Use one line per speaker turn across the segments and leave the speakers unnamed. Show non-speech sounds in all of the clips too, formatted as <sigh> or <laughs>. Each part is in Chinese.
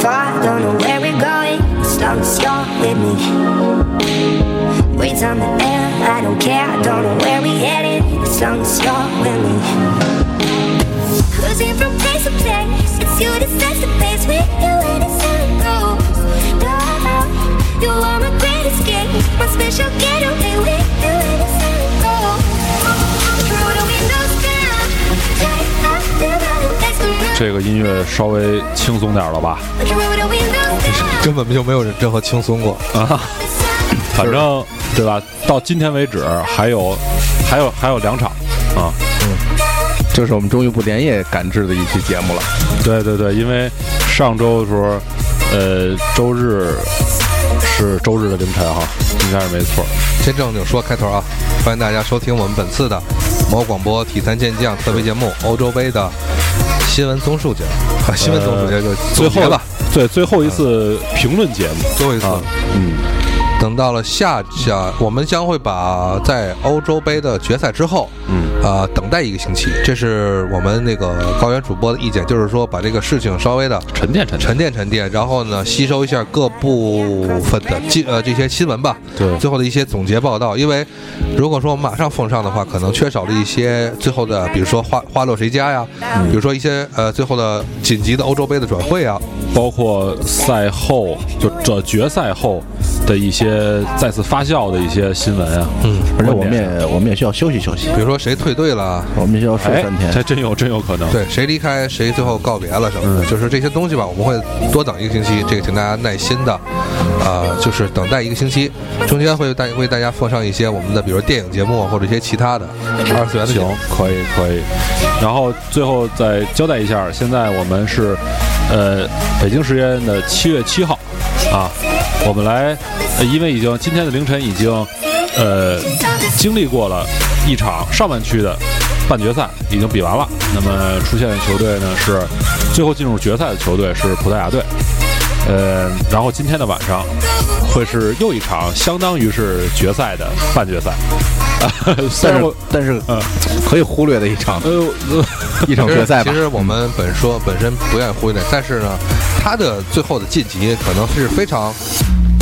don't know where we're going as long as you're with me. Weights on the air, I don't care. I don't know where we're headed as long as you're with me.
Cruising from place to place, it's you that sets the pace with you and it's how it goes. Love, you are my greatest gift, my special getaway with you and it's how it goes. Through the windows down, take off the running lights, we're
这个音乐稍微轻松点儿了吧？
through the windows down.
根本就没有任何轻松过。
反正对吧？到今天为止还有还有还有两场啊！
这是我们终于不连夜赶制的一期节目了。
对对对，因为上周的时候，呃，周日是周日的凌晨哈，应该是没错。
先正经说开头啊，欢迎大家收听我们本次的某广播体坛健将特别节目《欧洲杯》的新闻综述节目，啊，新闻综述节就
呃最后
吧，，
对最后一次评论节目
最后一次。
啊，嗯，
等到了下下，我们将会把在欧洲杯的决赛之后，
嗯，
呃，等待一个星期，这是我们那个高原主播的意见，就是说把这个事情稍微的
沉淀沉淀
沉淀沉淀，然后呢，吸收一下各部分的记呃这些新闻吧，
对
最后的一些总结报道。因为如果说我们马上奉上的话，可能缺少了一些最后的，比如说花花落谁家呀，比如说一些呃最后的紧急的欧洲杯的转会啊，
包括赛后就这决赛后的一些再次发酵的一些新闻啊，嗯，
而且我们也我们也需要休息休息，
比如说谁退队了，
我们需要睡
哎
三，天
这。真有真有可能，
对，谁离开谁最后告别了什么的，就是这些东西吧，我们会多等一个星期，这个请大家耐心的，呃，就是等待一个星期，中间会大为大家奉上一些我们的，比如电影节目啊或者一些其他的二次元的节
行
目。，
可以可以。然后最后再交代一下，现在我们是呃北京时间的七月七号啊，我们来，呃、因为已经今天的凌晨已经呃经历过了一场上半区的。半决赛已经比完了，那么出现的球队呢是最后进入决赛的球队是葡萄牙队，呃，然后今天的晚上会是又一场相当于是决赛的半决赛， <laughs> 啊、虽
但
然
是
我
但是
嗯
可以忽略的一场
呃呃
一场
其
决
实
赛吧
其。实我们本说本身不愿意忽略，但是呢，他的最后的晋级可能是非常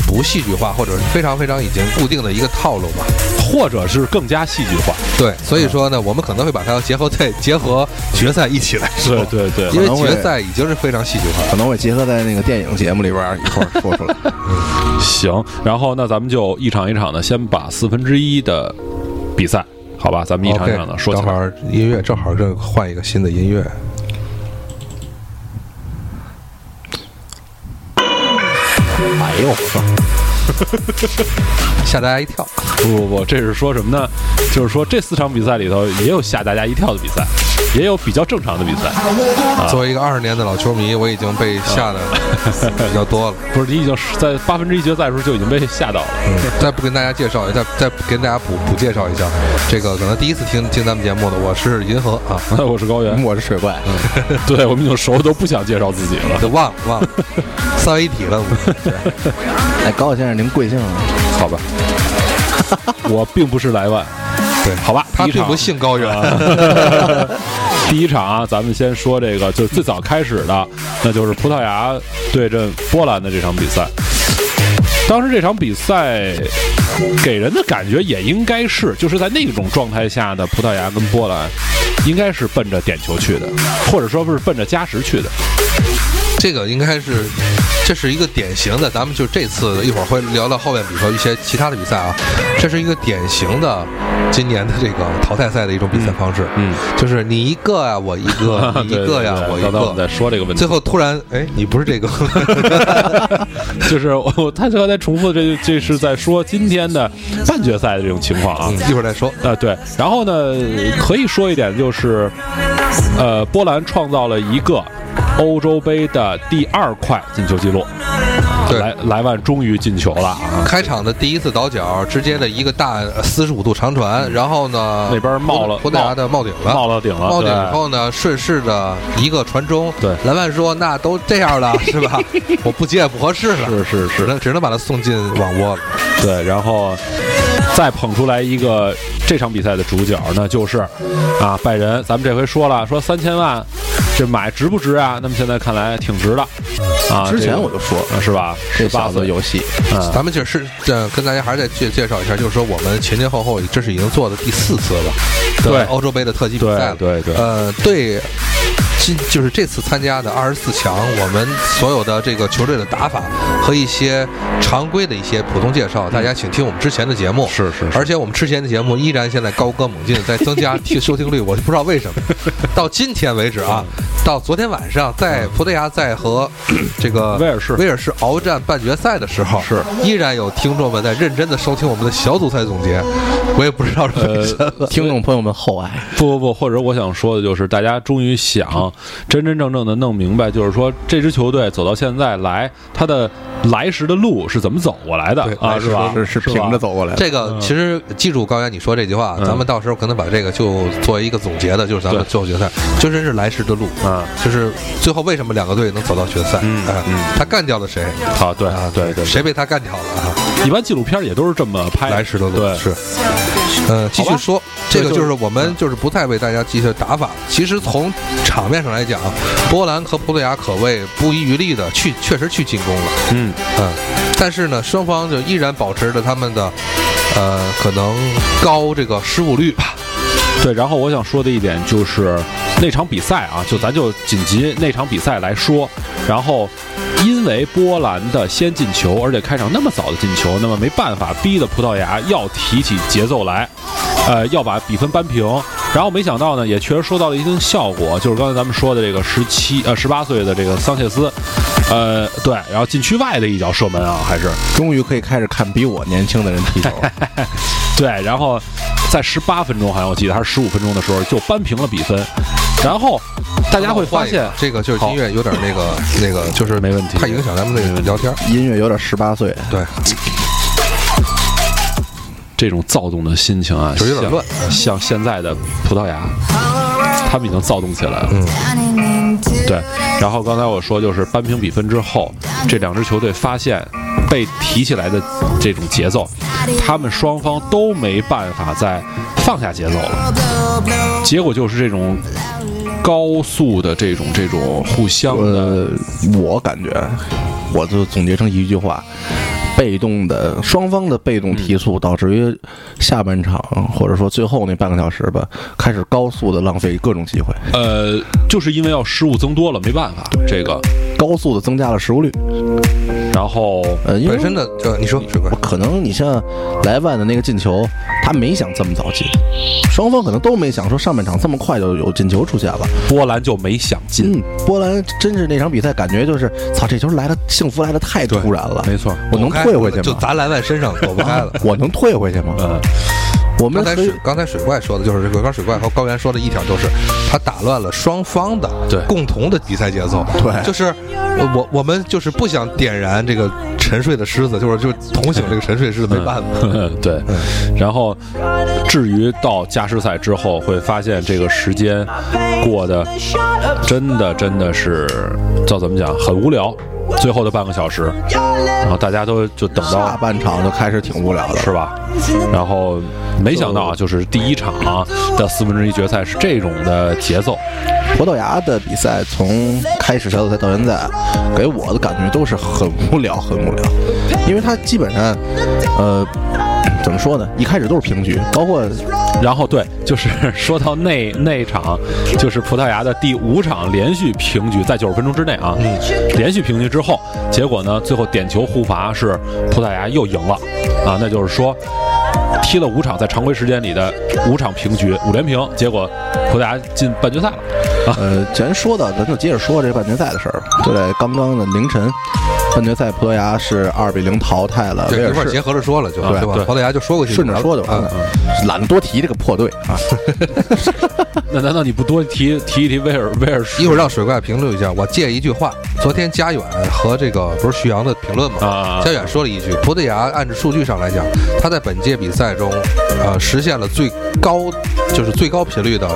不戏剧化，或者是非常非常已经固定的一个套路吧。
或者是更加戏剧化。
对，所以说呢，我们可能会把它结合在结合决赛一起来说
对。对对，
因为
可能会
决赛已经是非常戏剧化了。
可能我结合在那个电影节目里边儿一块儿说出来。
<laughs> 行。然后那咱们就一场一场的，先把四分之一的比赛，好吧，咱们一场一场的说起
等会
来。
儿音乐正好正换一个新的音乐，
哎呦，我操！
<laughs> 吓大家一跳。
不不不，这是说什么呢？就是说这四场比赛里头也有吓大家一跳的比赛，也有比较正常的比赛。啊
作为一个二十年的老球迷，我已经被
<laughs>
吓得比较多了。
不是，你已经是在八分之一决赛的时候就已经被吓到了。
嗯再不跟大家介绍，再再跟大家补补介绍一下，这个可能第一次听听咱们节目的，我是银河
<laughs>
啊，
我是高原，
我是水怪，
嗯对我们已经熟得都不想介绍自己了。
就忘了忘了，三位一体了。
哎，高老先生您贵姓啊？
好吧， <laughs> 我并不是莱万，
对
好吧，
他
第一
并
场啊
不姓高原，
第一场啊，咱们先说这个，就是最早开始的，那就是葡萄牙对阵波兰的这场比赛。当时这场比赛给人的感觉也应该是，就是在那种状态下的葡萄牙跟波兰，应该是奔着点球去的，或者说是奔着加时
<laughs>
去的。
这个应该是，这是一个典型的，咱们就这次一会儿会聊到后面，比如说一些其他的比赛啊，这是一个典型的今年的这个淘汰赛的一种比赛方式，
嗯，
就是你一个呀、我一
<laughs>
个，你一个呀、
对对对
我一
到时候我们再
个，
说这个问题
最。后突然，哎，你不是这个， <laughs>
就是我我他刚才重复的这这是在说今天的半决赛的这种情况啊。
嗯一会儿再
<laughs>
说。
呃，对，然后呢，可以说一点就是，呃，波兰创造了一个欧洲杯的第二块进球记录，
对
莱莱万终于进球了啊！
开场的第一次倒角，直接的一个大呃四十五度长传，然后呢，
那边冒了
葡萄牙的
冒
冒顶了，
冒了顶了
冒
对
顶以后呢，顺势的一个传中，
对
莱万说：“那都这样了，
<laughs>
是吧？我不接也不合适了，
是是
只
是，
能只能把他送进网窝了。
对，然后再捧出来一个这场比赛的主角呢，就是啊，拜仁。咱们这回说了，说三千万这买值不值啊？那么现在看来挺值的，啊，
之
这
前
个
我就说
啊是吧？
这
十八
小子
岁
游戏，
嗯
咱们这是这跟大家还是再介介绍一下，就是说我们前前后后这是已经做的第四次了，
对
欧洲杯的特级比赛了，
对对对
呃，对。今就是这次参加的二十四强，我们所有的这个球队的打法和一些常规的一些普通介绍，大家请听我们之前的节目。
嗯是是是
而且我们之前的节目依然现在高歌猛进，在增加听收听率，我就不知道为什
<laughs>
么。到今天为止啊，到昨天晚上，在葡萄牙在和这个
嗯威尔士
威尔士鏖战半决赛的时候，
是
依然有听众们在认真的收听我们的小组赛总结，我也不知道是为什
呃 <laughs>
么。
听众朋友们厚爱，
不不不，或者我想说的就是，大家终于想真真正正的弄明白，就是说这支球队走到现在来，它的来时的路是怎么走过来的
对
啊？
来时
是吧？
是是
吧
平着。走过来的。
这个其实记住高原你说这句话，啊
嗯
咱们到时候可能把这个就作为一个总结的，就是咱们
对
最后决赛，就真是来时的路
嗯，
就是最后为什么两个队能走到决赛？
嗯
哎
嗯
他干掉了谁？
好，对
啊，
对对，
谁被他干掉了啊？
对一般纪录片也都是这么拍的。
来时的路
对，
是。嗯，继续说，这
对
个
就
就是我们就是不太为大家继续打法。其实从场面上来讲，波兰和葡萄牙可谓不遗余力的去，确实去进攻了。
嗯，
嗯，但是呢，双方就依然保持着他们的呃可能高这个失误率吧。
对。然后我想说的一点就是那场比赛啊，就咱就紧急那场比赛来说，然后。因为波兰的先进球，而且开场那么早的进球，那么没办法，逼的葡萄牙要提起节奏来，呃，要把比分扳平。然后没想到呢，也确实收到了一定效果，就是刚才咱们说的这个十七呃十八岁的这个桑切斯，呃对，然后禁区外的一脚射门啊，还是
终于可以开始看比我年轻的人踢球
<laughs>
了。
对，然后在十八分钟好像我记得还是十五分钟的时候就扳平了比分，然后大家会发现
换一个这个就是音乐有点
<laughs>
那个那个，就是
没问题
怕影响咱们那个聊天儿。
音乐有点十八岁，
对，
嗯这种躁动的心情啊，
就是有点
像
乱
像现在的葡萄牙，他们已经躁动起来了。对，然后刚才我说就是扳平比分之后，这两支球队发现被提起来的这种节奏，他们双方都没办法再放下节奏了，结果就是这种高速的这种这种互相的。
呃，我感觉，我就总结成一句话：被动的双方的被动提速，导致于下半场或者说最后那半个小时吧，开始高速的浪费各种机会，
呃，就是因为要失误增多了，没办法这个。
高速的增加了失误率。
然后，
呃，因为
本身的呃，你
嗯
说水怪
可能你像莱万的那个进球，他没想这么早进，双方可能都没想说上半场这么快就有进球出现了。
波兰就没想进，
嗯，波兰真是那场比赛感觉就是，操，这球来的幸福来的太突然了。
没错
我能退回去吗？
就砸莱万身上躲不开了。
我能退回去吗？
呃，
我
嗯刚
们
才
可以
水刚才水怪说的就是这个，刚才水怪和高原说的一条就是，他打乱了双方的
对
共同的比赛节奏，
对
就是呃我我们就是不想点燃这个沉睡的狮子，就是就是同醒这个沉睡狮子，没办
<laughs>
法，
对，然后至于到加时赛之后，会发现这个时间过得真的真的是，照怎么讲，很无聊。最后的半个小时，然后大家都就等
下
到
半场就开始挺无聊的，
是吧？然后没想到啊，就是第一场啊的四分之一决赛是这种的节奏，
葡萄牙的比赛从开始小组赛到现在，给我的感觉都是很无聊，很无聊，因为它基本上，呃，怎么说呢？一开始都是平局，包括
然后对，就是说到那那一场，就是葡萄牙的第五场连续平局，在九十分钟之内啊，连续平局之后，结果呢，最后点球互罚是葡萄牙又赢了啊，那就是说。踢了五场，在常规时间里的五场平局，五连平，结果 <laughs> 葡萄牙进半决赛了。
呃，既然说到，咱就接着说这半决赛的事儿吧。就在刚刚的凌晨，半决赛葡萄牙是二比零淘汰了威
对，一
尔
块儿
士
结。合着说了就，
对
吧
对？
葡萄牙就说过去，
顺着说就完了
嗯，
懒得多提这个破队啊。
那难道你不多提提一提威尔威尔士
一会儿让水怪评论一下，我借一句话，昨天佳远和这个不是徐阳的评论吗？
啊
佳？远说了一句，葡萄牙按照数据上来讲，他在本届比赛中，呃，实现了最高，就是最高频率的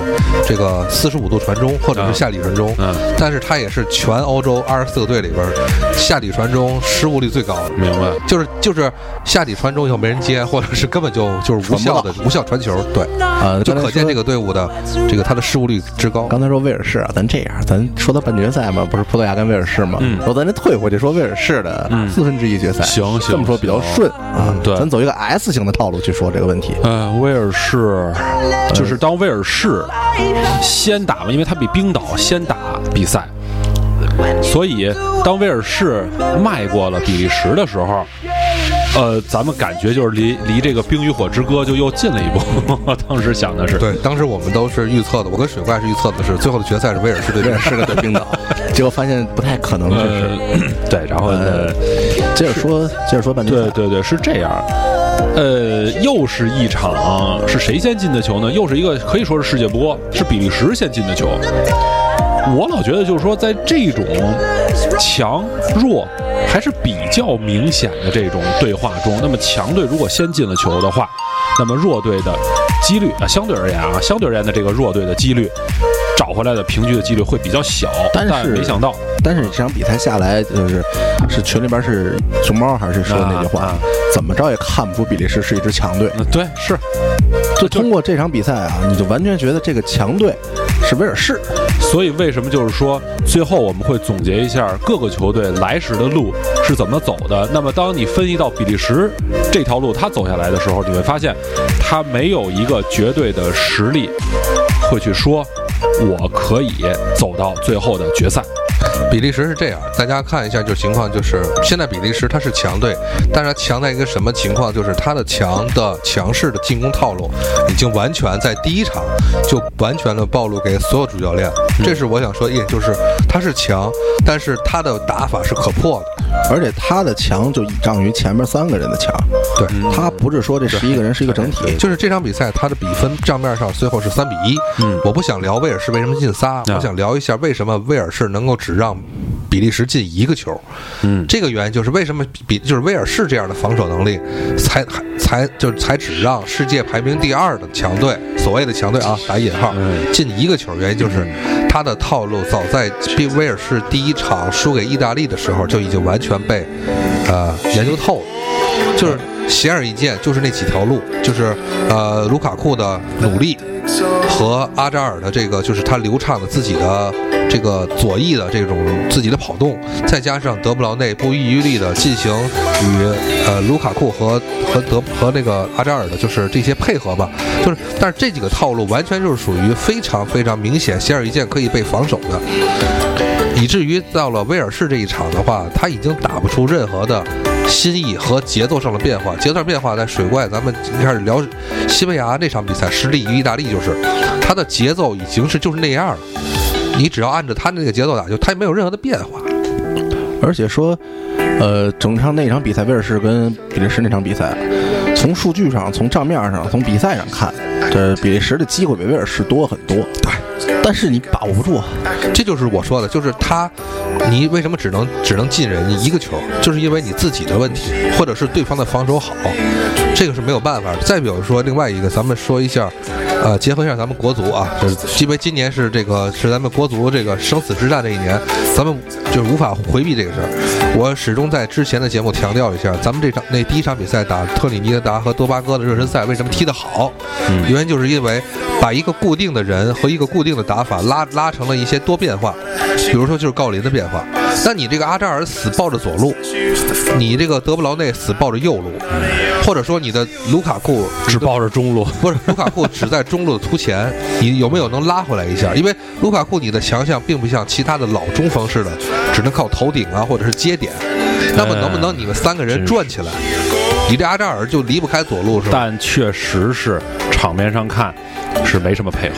这个四十五度传中或者是下底传中，
嗯，
但是他也是全欧洲二十四个队里边儿下底传中失误率最高的。
明白。
就是就是下底传中以后没人接，或者是根本就就是无效的无效传球，对，
呃，
就
刚才
可见
说
这个队伍的这个他的失误率之高。
刚才说威尔士啊，咱这样，咱说到半决赛嘛，不是葡萄牙跟威尔士嘛，
嗯
然后咱这退回去说威尔士的四分之一决赛，
行行
这么说比较顺啊
嗯，对
咱走一个 S 型的套路去说这个问
<laughs>
题，
呃，威尔士就是当威尔士先打嘛，因为他比冰岛先打比赛，所以当威尔士迈过了比利时的时候，呃，咱们感觉就是离离这个《冰与火之歌》就又近了一步。 <laughs> 当时想的是，
对，当时我们都是预测的，我跟水怪是预测的是最后的决赛是威尔士对
威
冰
尔士的对冰岛，结果发现不太可能，这
呃 <coughs>
是。，
对，然后呢，
接着说，接着说半决
呃对
赛，
对对，是这样。呃，又是一场是谁先进的球呢？又是一个可以说是世界波，是比利时先进的球。我老觉得就是说，在这种强弱还是比较明显的这种对话中，那么强队如果先进了球的话，那么弱队的几率啊，相对而言啊，相对而言的这个弱队的几率找回来的平局的几率会比较小，
但
但
是
没想到，
但是这场比赛下来，就是是群里边是熊猫还是说那句
啊
话
啊，
怎么着也看不出比利时是一支强队。
嗯，对，是嗯
就通过这场比赛啊，你就完全觉得这个强队是威尔士。
所以为什么就是说，最后我们会总结一下各个球队来时的路是怎么走的？那么当你分析到比利时这条路他走下来的时候，你会发现他没有一个绝对的实力会去说我可以走到最后的决赛。
<laughs> 比利时是这样，大家看一下，就情况就是现在比利时它是强队，但是它强在一个什么情况？就是它的强的强势的进攻套路已经完全在第一场就完全的暴露给所有主教练。
嗯
这是我想说的一点，就是它是强，但是它的打法是可破的。
而且他的强就倚仗于前面三个人的强，
对，
嗯
他不是说这十一个人是一个整体，
就是这场比赛它的比分账面上最后是三比一。
嗯啊
我不想聊威尔士为什么进仨，我想聊一下为什么威尔士能够只让比利时进一个球。
嗯，
这个原因就是为什么比就是威尔士这样的防守能力才，还才就是才只让世界排名第二的强队，所谓的强队啊，打引号
嗯，
进一个球，原因就是他的套路早在比威尔士第一场输给意大利的时候就已经完全被呃研究透了。就是显而易见，就是那几条路，就是呃，卢卡库的努力和阿扎尔的这个，就是他流畅的自己的这个左翼的这种自己的跑动，再加上德布劳内不遗余力的进行与呃卢卡库和和德和那个阿扎尔的，就是这些配合吧，就是但是这几个套路完全就是属于非常非常明显、显而易见可以被防守的。以至于到了威尔士这一场的话，他已经打不出任何的新意和节奏上的变化。节奏上变化在水怪，咱们一开始聊西班牙那场比赛失利于意大利，就是他的节奏已经是就是那样了。你只要按照他那个节奏打，就他也没有任何的变化。
而且说，呃，整场那场比赛，威尔士跟比利时那场比赛，从数据上、从账面上、从比赛上看，这比利时的机会比威尔士多很多，对，但是你把握不住啊，
这就是我说的，就是他，你为什么只能只能进人一个球，就是因为你自己的问题，或者是对方的防守好，这个是没有办法的。再比如说另外一个，咱们说一下，呃，结合一下咱们国足啊，就是因为今年是这个是咱们国足这个生死之战这一年，咱们就无法回避这个事儿。我始终在之前的节目强调一下，咱们这场那第一场比赛打特立尼达和多巴哥的热身赛为什么踢得好，原因就是因为把一个固定的人和一个固定的打法拉拉成了一些多变化，比如说就是郜林的变化。那你这个阿扎尔死抱着左路，你这个德布劳内死抱着右路，或者说你的卢卡库
只抱着中路，
不是卢卡库只在中路的突前，你有没有能拉回来一下？因为卢卡库你的强项并不像其他的老中锋似的，只能靠头顶啊或者是接点。那么能不能你们三个人转起来？你这阿扎尔就离不开左路是吧？
但确实是场面上看是没什么配合，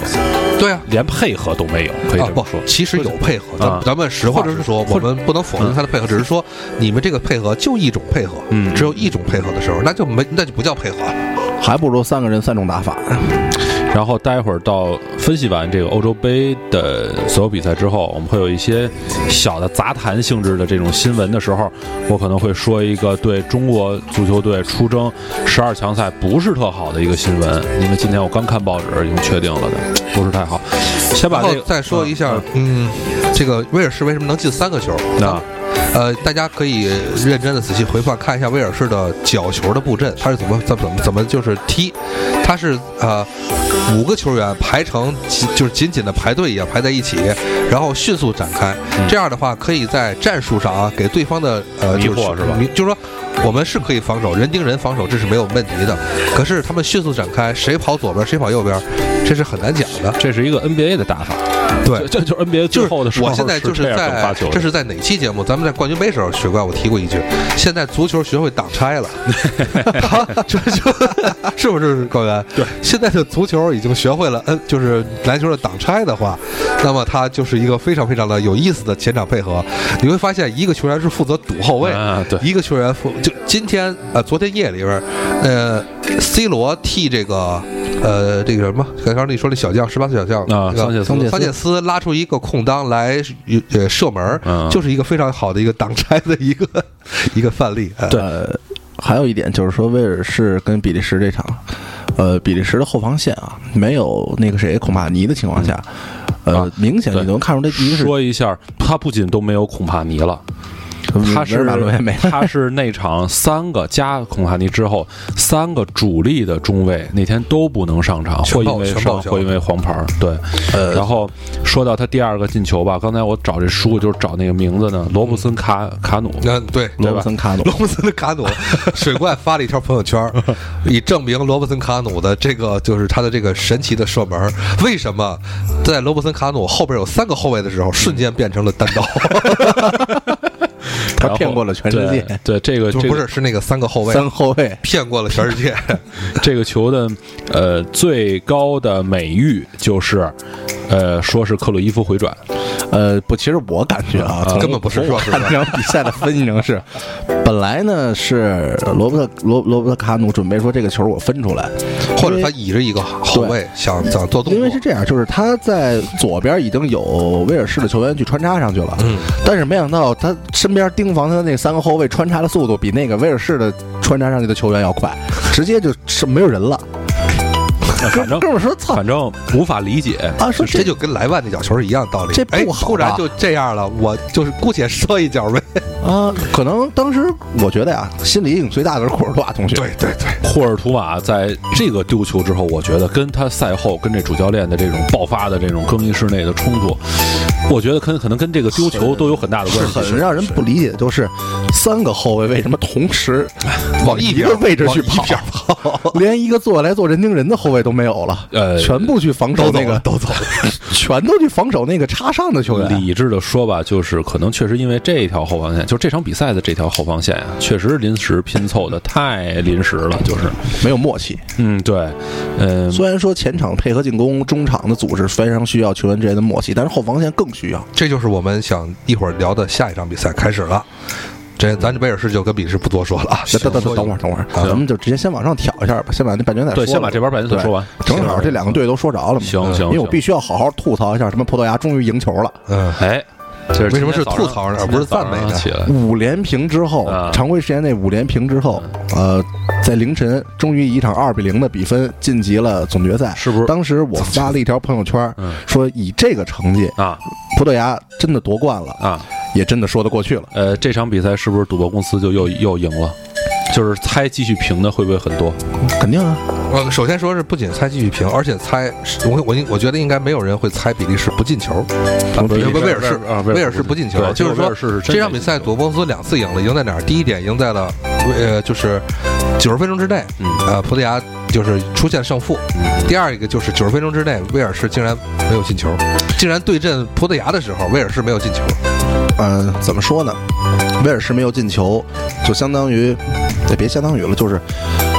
对啊，
连配合都没有，可以
啊
这
不
么说。，
其实有配合，咱
啊
咱们实话
或者
实
是
说，我
或者
们不能否认他的配合，只是说你们这个配合就一种配合，
嗯
只有一种配合的时候，那就没那就不叫配合了。
还不如三个人三种打法。
然后待会儿到分析完这个欧洲杯的所有比赛之后，我们会有一些小的杂谈性质的这种新闻的时候，我可能会说一个对中国足球队出征十二强赛不是特好的一个新闻，因为今天我刚看报纸已经确定了的，不是太好。先把
然后
这个啊
再说一下，嗯，这个威尔士为什么能进三个球？
那
呃，大家可以认真的仔细回放看一下威尔士的角球的布阵，他是怎么怎么怎么怎么就是踢，他是呃五个球员排成紧就是紧紧的排队一样排在一起，然后迅速展开，这样的话可以在战术上啊给对方的呃
嗯迷
就
惑是吧
迷就是说我们是可以防守，人盯人防守这是没有问题的，可是他们迅速展开，谁跑左边谁跑右边，这是很难讲的。
这是一个 NBA 的打法，
对
这这就是 <laughs> NBA
就
最
是
后的时候
我现在就是
这样打
在
球的，
这是在哪期节目？咱们在冠军杯时候，雪怪我提过一句，现在足球学会挡拆
<laughs>
了，这就是不是高原？
对，
现在的足球已经学会了，嗯，就是篮球的挡拆的话，那么它就是一个非常非常的有意思的前场配合。你会发现，一个球员是负责堵后卫，
啊，对，
一个球员负就今天呃，昨天夜里边，呃，C 罗替这个呃这个什么，刚刚你说那小将，十八岁小将
啊，
那
桑
个
切斯
桑切
桑切斯拉出一个空当来呃射门儿，
嗯
就是一个非常好的一个挡拆的一个 <laughs> 一个范例。呃
对
呃，还有一点就是说，威尔士跟比利时这场，呃，比利时的后防线啊，没有那个谁孔帕尼的情况下，呃
啊，
明显
对
你能看出这一个是
说一下，他不仅都没有孔帕尼了，他
维
是
尔马伦也没了，
他是那场三个加孔帕尼之后三个主力的中卫那天都不能上场，
全
或
报
因为
全
伤，
报销
或因为黄牌儿。对，
呃
然后说到他第二个进球吧，刚才我找这书就是找那个名字呢，罗布森卡卡努。
嗯
那嗯对。
罗伯森卡努
罗。伯森卡努，水怪发了一条朋友
<laughs>
圈儿，以证明罗伯森卡努的这个就是他的这个神奇的射门儿。为什么在罗伯森卡努后边有三个后卫的时候，瞬间变成了
<laughs>
单刀？
他
然后
骗过了全世界，
对对这个
就
这
不
个
是是那个三个后卫
呃三后卫，
骗过了全世
<laughs>
界。
这个球的呃最高的美誉就是，呃，说是克鲁伊夫回转，
呃，不，其实我感觉啊，从
根本不是
从我
说是
看
吧
这场比赛的分析呢是，本来呢是罗伯特罗罗伯特卡努准备说这个球我分出来，
或者
因为
他倚着一个后卫想想做动
因
作
为是，这样，就是他在左边已经有威尔士的球员去穿插上去了，
嗯，
但是没想到他身边盯防他的那三个后卫穿插的速度比那个威尔士的穿插上去的球员要快，直接就是没有人了。
反
<laughs>
正
哥们儿说：“操
反正无法理解。
啊，说
这就跟莱万那脚球是一样道理。
这不
哎
好
突然
吧
就这样了，我就是姑且射一脚呗。
啊，可能当时我觉得呀、心理阴影最大的是库尔图瓦同
<laughs>
学，
对对对，
霍尔图瓦在这个丢球之后，我觉得跟他赛后跟这主教练的这种爆发的这种更衣室内的冲突，我觉得跟可能跟这个丢球都有很大的
是
关系。
很让人不理解的，就是三个后卫为什么同时
往一
一
边
个位置
哎往
去
一
跑
边，
连一个坐来做人盯人的后卫都没有了，
呃
全部去防守那个，
都走了，
<laughs> 全都去防守那个插上的球员。
理智的说吧，就是可能确实因为这一条后防线，就这场比赛的这条后防线啊，确实是临时拼凑的，太临时了，就是，
没有默契。
嗯，对，嗯，
虽然说前场配合进攻，中场的组织非常需要球员之间的默契，但是后防线更需要。
这就是我们想一会儿聊的下一场比赛开始了。这咱这威尔士就跟比利时不多说了啊，
等等等等会儿，等会儿，
行
咱们就直接先往上挑一下吧，先把那半决赛
对，
说
先把
了
这边白金
对
说完，
正好这两个队都说着了嘛。
行
嗯
行
因为我
行
必须要好好吐槽一下，什么葡萄牙终于赢球了。
嗯，
哎，这
为什么是
今天早上
吐槽呢而不是赞美呢
今天早上起来，
五连平之后
哎啊，嗯
常规时间内五连平之后，呃，在凌晨终于以一场二比零的比分晋级了总决赛。
是不是
当时我发了一条朋友圈
嗯，
说以这个成绩，
啊
葡萄牙真的夺冠了，
啊，
也真的说得过去了。
呃，这场比赛是不是赌博公司就又又赢了？就是猜继续平的会不会很多？
肯定啊，
呃，首先说是不仅猜继续平，而且猜我我我觉得应该没有人会猜比利时不进球，啊
比利时
不威尔士
啊威尔士
威尔士不进球
对，
就
这个
是
威
说
尔士是真
这场
没
比
进
赛
球
赌博公司两次赢了，赢在哪儿？第一点赢在了呃就是九十分钟之内，
嗯
呃葡萄牙就是出现胜负，
嗯
第二一个就是九十分钟之内，威尔士竟然没有进球，竟然对阵葡萄牙的时候，威尔士没有进球。
嗯，怎么说呢？威尔士没有进球，就相当于，也别相当于了，就是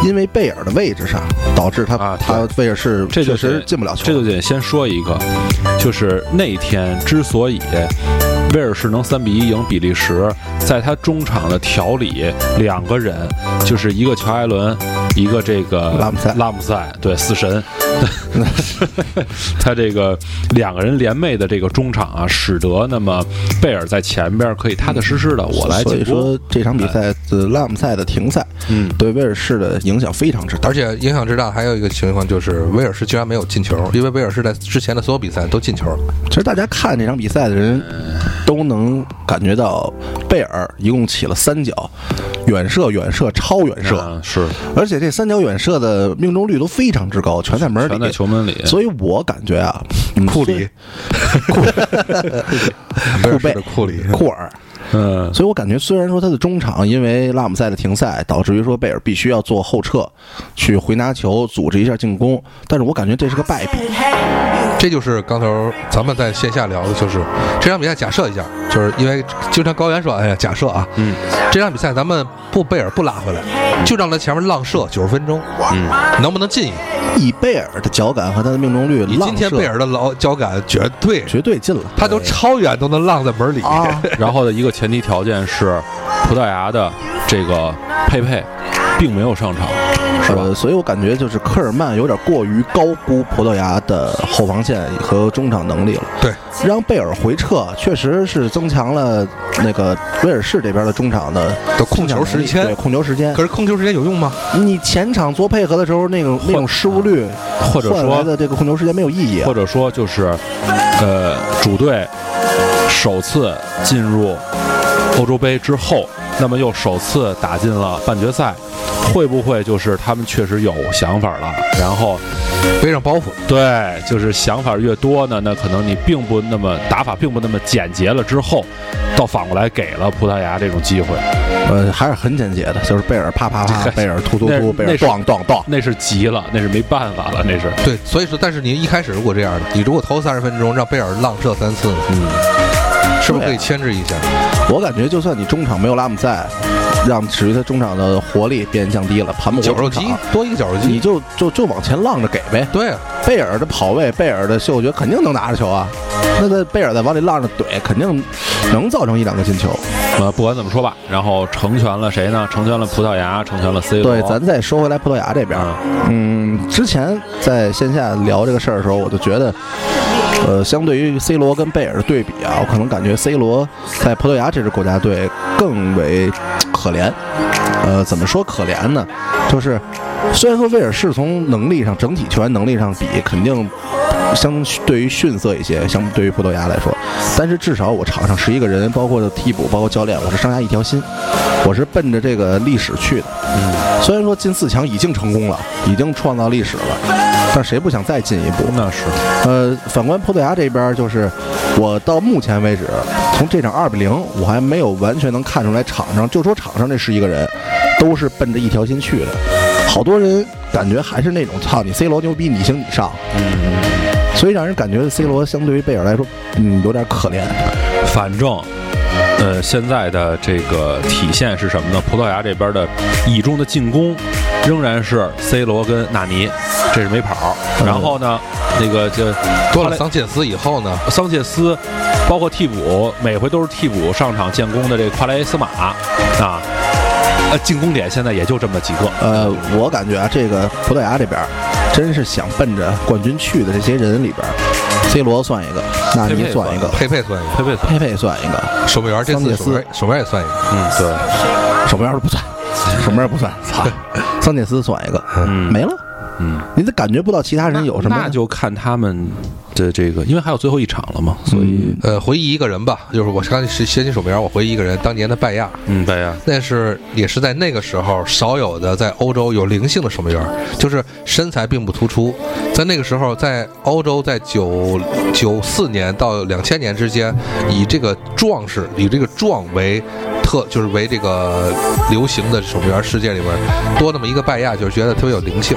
因为贝尔的位置上，导致他、
啊
他威尔士
这就
确
得
实进不了球。
这就得先说一个，就是那天之所以威尔士能三比一赢比利时，在他中场的调理，两个人就是一个乔埃伦，一个这个
拉姆塞
拉姆塞对死神， <laughs> 他这个两个人联袂的这个中场啊，使得那么贝尔在前边可以踏踏实实的我来
所
进
以
攻，
说这场比赛的拉姆赛的停赛，
嗯
对威尔士的影响非常之大
而。且影响之大，还有一个情况就是威尔士居然没有进球，因为威尔士在之前的所有比赛都进球了。
其实大家看这场比赛的人都能感觉到，贝尔一共起了三脚，远射、远射、超远射，
嗯是
而且这三脚远射的命中率都非常之高，全在门
全在
里。
球门里，
所以我感觉啊，嗯
库里，
<laughs> 虽
威尔士的
然库贝、
库里，
库尔，
嗯
所以我感觉，虽然说他的中场因为拉姆塞的停赛，导致于说贝尔必须要做后撤，去回拿球，组织一下进攻，但是我感觉这是个败笔。
这就是刚头咱们在线下聊的，就是这场比赛假设一下，就是因为经常高原说，哎呀，假设啊，
嗯，
这场比赛咱们不贝尔不拉回来，就让他前面浪射九十分钟，
嗯，
能不能进一个？
以贝尔的脚感和他的命中率，
以今天
浪射
贝尔的老脚感绝对，
绝对进了。
他都超远都能浪在门里。
啊，
然后的一个前提条件是，葡萄牙的这个佩佩并没有上场，是吧？
呃，所以我感觉就是科尔曼有点过于高估葡萄牙的后防线和中场能力了。
<laughs> 对，
让贝尔回撤确实是增强了那个威尔士这边的中场的
的控球时间
对控球时间
可。是控球时间有用吗？
你前场做配合的时候，那种那种失误率，
或者
换来
说，
的这个控球时间没有意义啊
或。者说就是，呃，主队首次进入欧洲杯之后，那么又首次打进了半决赛，会不会就是他们确实有想法了？然后
背上包袱，
对，就是想法越多呢，那可能你并不那么打法并不那么简洁了，之后倒反过来给了葡萄牙这种机会。
呃，还是很简洁的，就是贝尔啪啪 <laughs> 啪，贝尔突突
那
突，贝
那
尔
是
咣咣咣。
那是急了，那是没办法了，那是。
对，所以说，但是你一开始如果这样的，你如果投三十分钟，让贝尔浪射三次，
嗯，
是不是可
对
以
啊
牵制一下？
我感觉就算你中场没有拉姆塞，让使他中场的活力变降低了，盘不
绞
过
肉
中
机
场，
多一个绞肉
啊你
机。
就就就往前浪着给呗。
对啊，
贝尔的跑位，贝尔的嗅觉肯定能拿着球啊，那个贝尔再往里浪着怼，肯定能造成一两个进球。
呃，不管怎么说吧，然后成全了谁呢？成全了葡萄牙，成全了 C 罗。
对，咱再说回来葡萄牙这边，嗯，之前在线下聊这个事儿的时候，我就觉得，呃，相对于 C 罗跟贝尔的对比啊，我可能感觉 C 罗在葡萄牙这支国家队更为可怜。呃，怎么说可怜呢？就是虽然说威尔士从能力上、整体球员能力上比，肯定相对于逊色一些，相对于葡萄牙来说，但是至少我场上十一个人，包括替补，包括教练，我是上下一条心，我是奔着这个历史去的。虽然说进四强已经成功了，已经创造历史了，但谁不想再进一步？
那是
呃，反观葡萄牙这边，就是我到目前为止，从这场二比零，我还没有完全能看出来场上，就说场上这十一个人，都是奔着一条心去的。好多人感觉还是那种操你 C 罗牛逼，你行你上，所以让人感觉 C 罗相对于贝尔来说，嗯，有点可怜。
反正。呃，现在的这个体现是什么呢？葡萄牙这边的倚中的进攻仍然是 C 罗跟纳尼，这是没跑。然后呢，那个就
多了桑切斯以后呢，
桑切斯，包括替补，每回都是替补上场建功的这个夸雷斯马啊，呃，进攻点现在也就这么几个。
呃，我感觉啊，这个葡萄牙这边儿真是想奔着冠军去的这些人里边儿，C 罗算一个，纳尼算一个，
佩佩算一个，
佩佩斯，
佩佩算一个，
守门员这次
桑切
守
斯
门员守门员也算一个，
嗯，对，
守门员儿都
<laughs>
不算，守门员儿不算，操，桑切斯算一个，
嗯
没了，
嗯，
你都感觉不到其他人有什么，
那就看他们的这个，因为还有最后一场了嘛，所以
呃，回忆一个人吧，就是我刚才是先进守门员，我回忆一个人，当年的拜亚，
嗯，对呀，
那是也是在那个时候少有的在欧洲有灵性的守门员，就是身材并不突出。在那个时候，在欧洲，在九九四年到两千年之间，以这个壮士，以这个壮为特，就是为这个流行的守门员世界里边，多那么一个拜亚，就是觉得特别有灵性。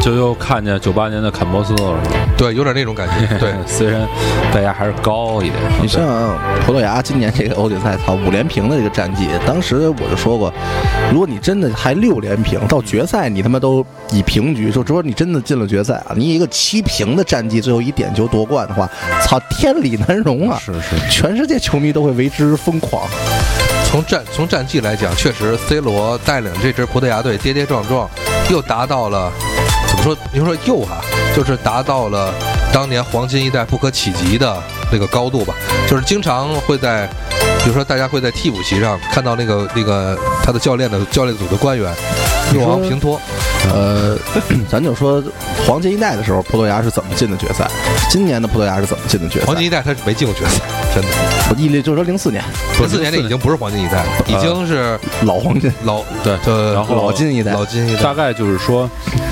就又看见九八年的坎波斯了，是吧？
对，有点那种感觉。对，
虽然代价还是高一点，
你像葡萄牙今年这个欧锦赛操五连平的这个战绩，当时我就说过，如果你真的还六连平到决赛，你他妈都以平局，就如果你真的进了决赛啊，你以一个七平的战绩，最后一点球夺冠的话，操，天理难容啊！
是是，
全世界球迷都会为之疯狂。
从战从战绩来讲，确实 C 罗带领这支葡萄牙队跌跌撞撞，又达到了怎么说？您说又哈、就是达到了当年黄金一代不可企及的那个高度吧。就是经常会在，比如说大家会在替补席上看到那个那个他的教练的教练组的官员，
你
用
说
王平托，
呃， <clears throat> 咱就说黄金一代的时候，葡萄牙是怎么进的决赛？今年的葡萄牙是怎么进的决赛？
黄金一代他是没进过决赛，真的。
我毅力就是说零四年
零四年这已经不是黄金一代了，已经是
老黄金，
老
对
呃
然后
老金一代
老金一代
大。概就是说，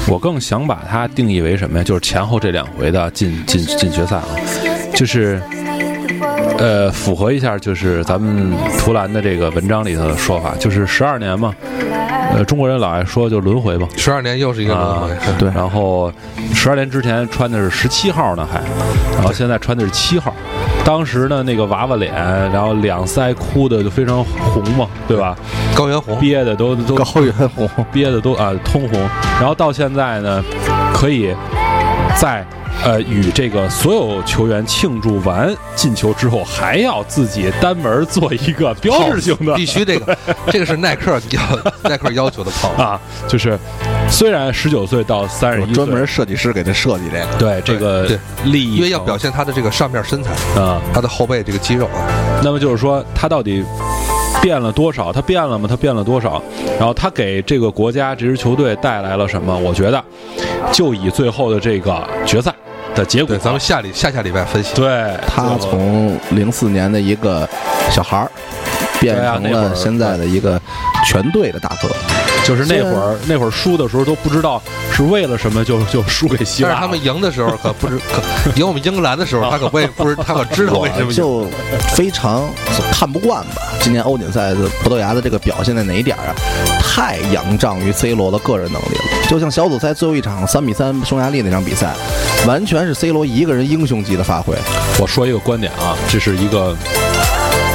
我更想把它定义为什么呀？就是前后这两回的进进进决赛啊，就是呃，符合一下就是咱们图兰的这个文章里头的说法，就是十二年嘛，呃，中国人老爱说就轮回嘛。
十二年又是一个轮
啊
回，，
对
然后十二年之前穿的是十七号呢，还，然后现在穿的是七号。当时呢，那个娃娃脸，然后两腮哭的就非常红嘛，对吧？
高原红
憋的都都
高原红，
憋的都啊通红，然后到现在呢，可以在呃与这个所有球员庆祝完进球之后，还要自己单门做一个标志性
<laughs>
的
必须
<laughs>
这个，这个是耐克要耐克要求的泡
啊，就是虽然十九岁到三十一岁，
专门设计师给他设计这个。
对这个
对
利益
因为要表现他的这个上面身材，
啊，
他的后背这个肌肉啊，
那么就是说他到底变了多少？他变了吗？他变了多少？然后他给这个国家这支球队带来了什么？我觉得就以最后的这个决赛的结果
对，，咱们下礼下下礼拜分析。
对
他
最后
从零四年的一个小孩儿，变
对啊
成
那会
了
儿
现在的一个全队的大哥。
就是那
虽
会
然
儿那会儿输的时候都不知道是为了什么就 <laughs> 就输给希啊腊了，
但是他们赢的时候可不知可 <laughs> 赢我们英格兰的时候，他可不也不是他可
<laughs>
知道为什么
我
赢。
就非常看不惯吧。今年欧锦赛的葡萄牙的这个表现在哪一点儿啊？太仰仗于 C 罗的个人能力了。就像小组赛最后一场三比三匈牙利那场比赛，完全是 C 罗一个人英雄级的发挥。
我说一个观点啊，这是一个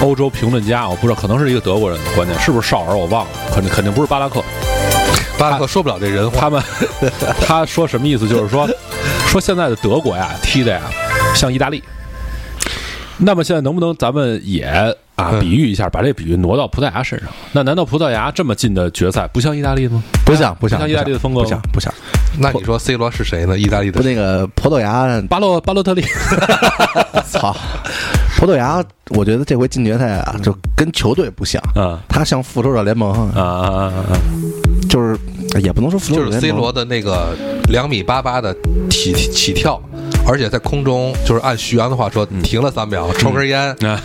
欧洲评论家，我不知道可能是一个德国人的观点，是不是绍尔我忘了，肯定肯定不是巴拉克，
巴拉克说不了这人话，
他们 <laughs> 他说什么意思？就是说说现在的德国呀踢的呀像意大利，那么现在能不能咱们也啊
嗯
比喻一下，把这比喻挪到葡萄牙身上？那难道葡萄牙这么近的决赛不像意大利吗？
不像不像
像意大利的风格
不像不像。
那你说 C 罗是谁呢？意大利
不
的
那个葡萄 <laughs> 牙
巴洛巴洛特利，
操，葡萄牙，我觉得这回进决赛啊，就跟球队不像，
啊
他像复仇者联盟，
啊啊啊！啊
就是也不能说复仇
就
者
是 C
联
罗
盟，
的那个两米八八的起起跳，而且在空中就是按徐阳的话说，停了三秒，抽根烟，点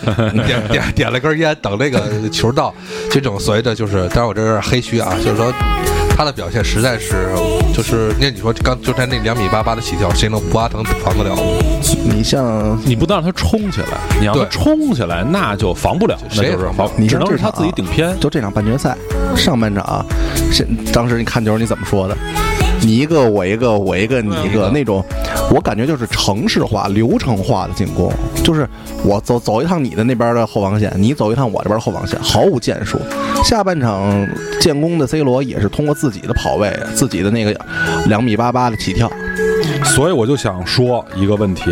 点点了根烟，等那个球到，这种所谓的就是，当然我这是黑区啊，就是说他的表现实在是，就是那你说刚就在那两米八八的起跳，谁能不阿腾防得了？
你像
你不能让他冲起来，你让他
对
冲起来，那就防不了，那
谁也
就是
防不了
防，
你
只
像
能
这
是他
场
啊
自己顶偏。
就这场半决赛上半场啊，现当时你看球你怎么说的？你一个我一个我一个你一个
嗯
那种，我感觉就是城市化、流程化的进攻，就是我走走一趟你的那边的后防线，你走一趟我这边的后防线，毫无建树。下半场建功的 C 罗也是通过自己的跑位、自己的那个两米八八的起跳，
所以我就想说一个问题，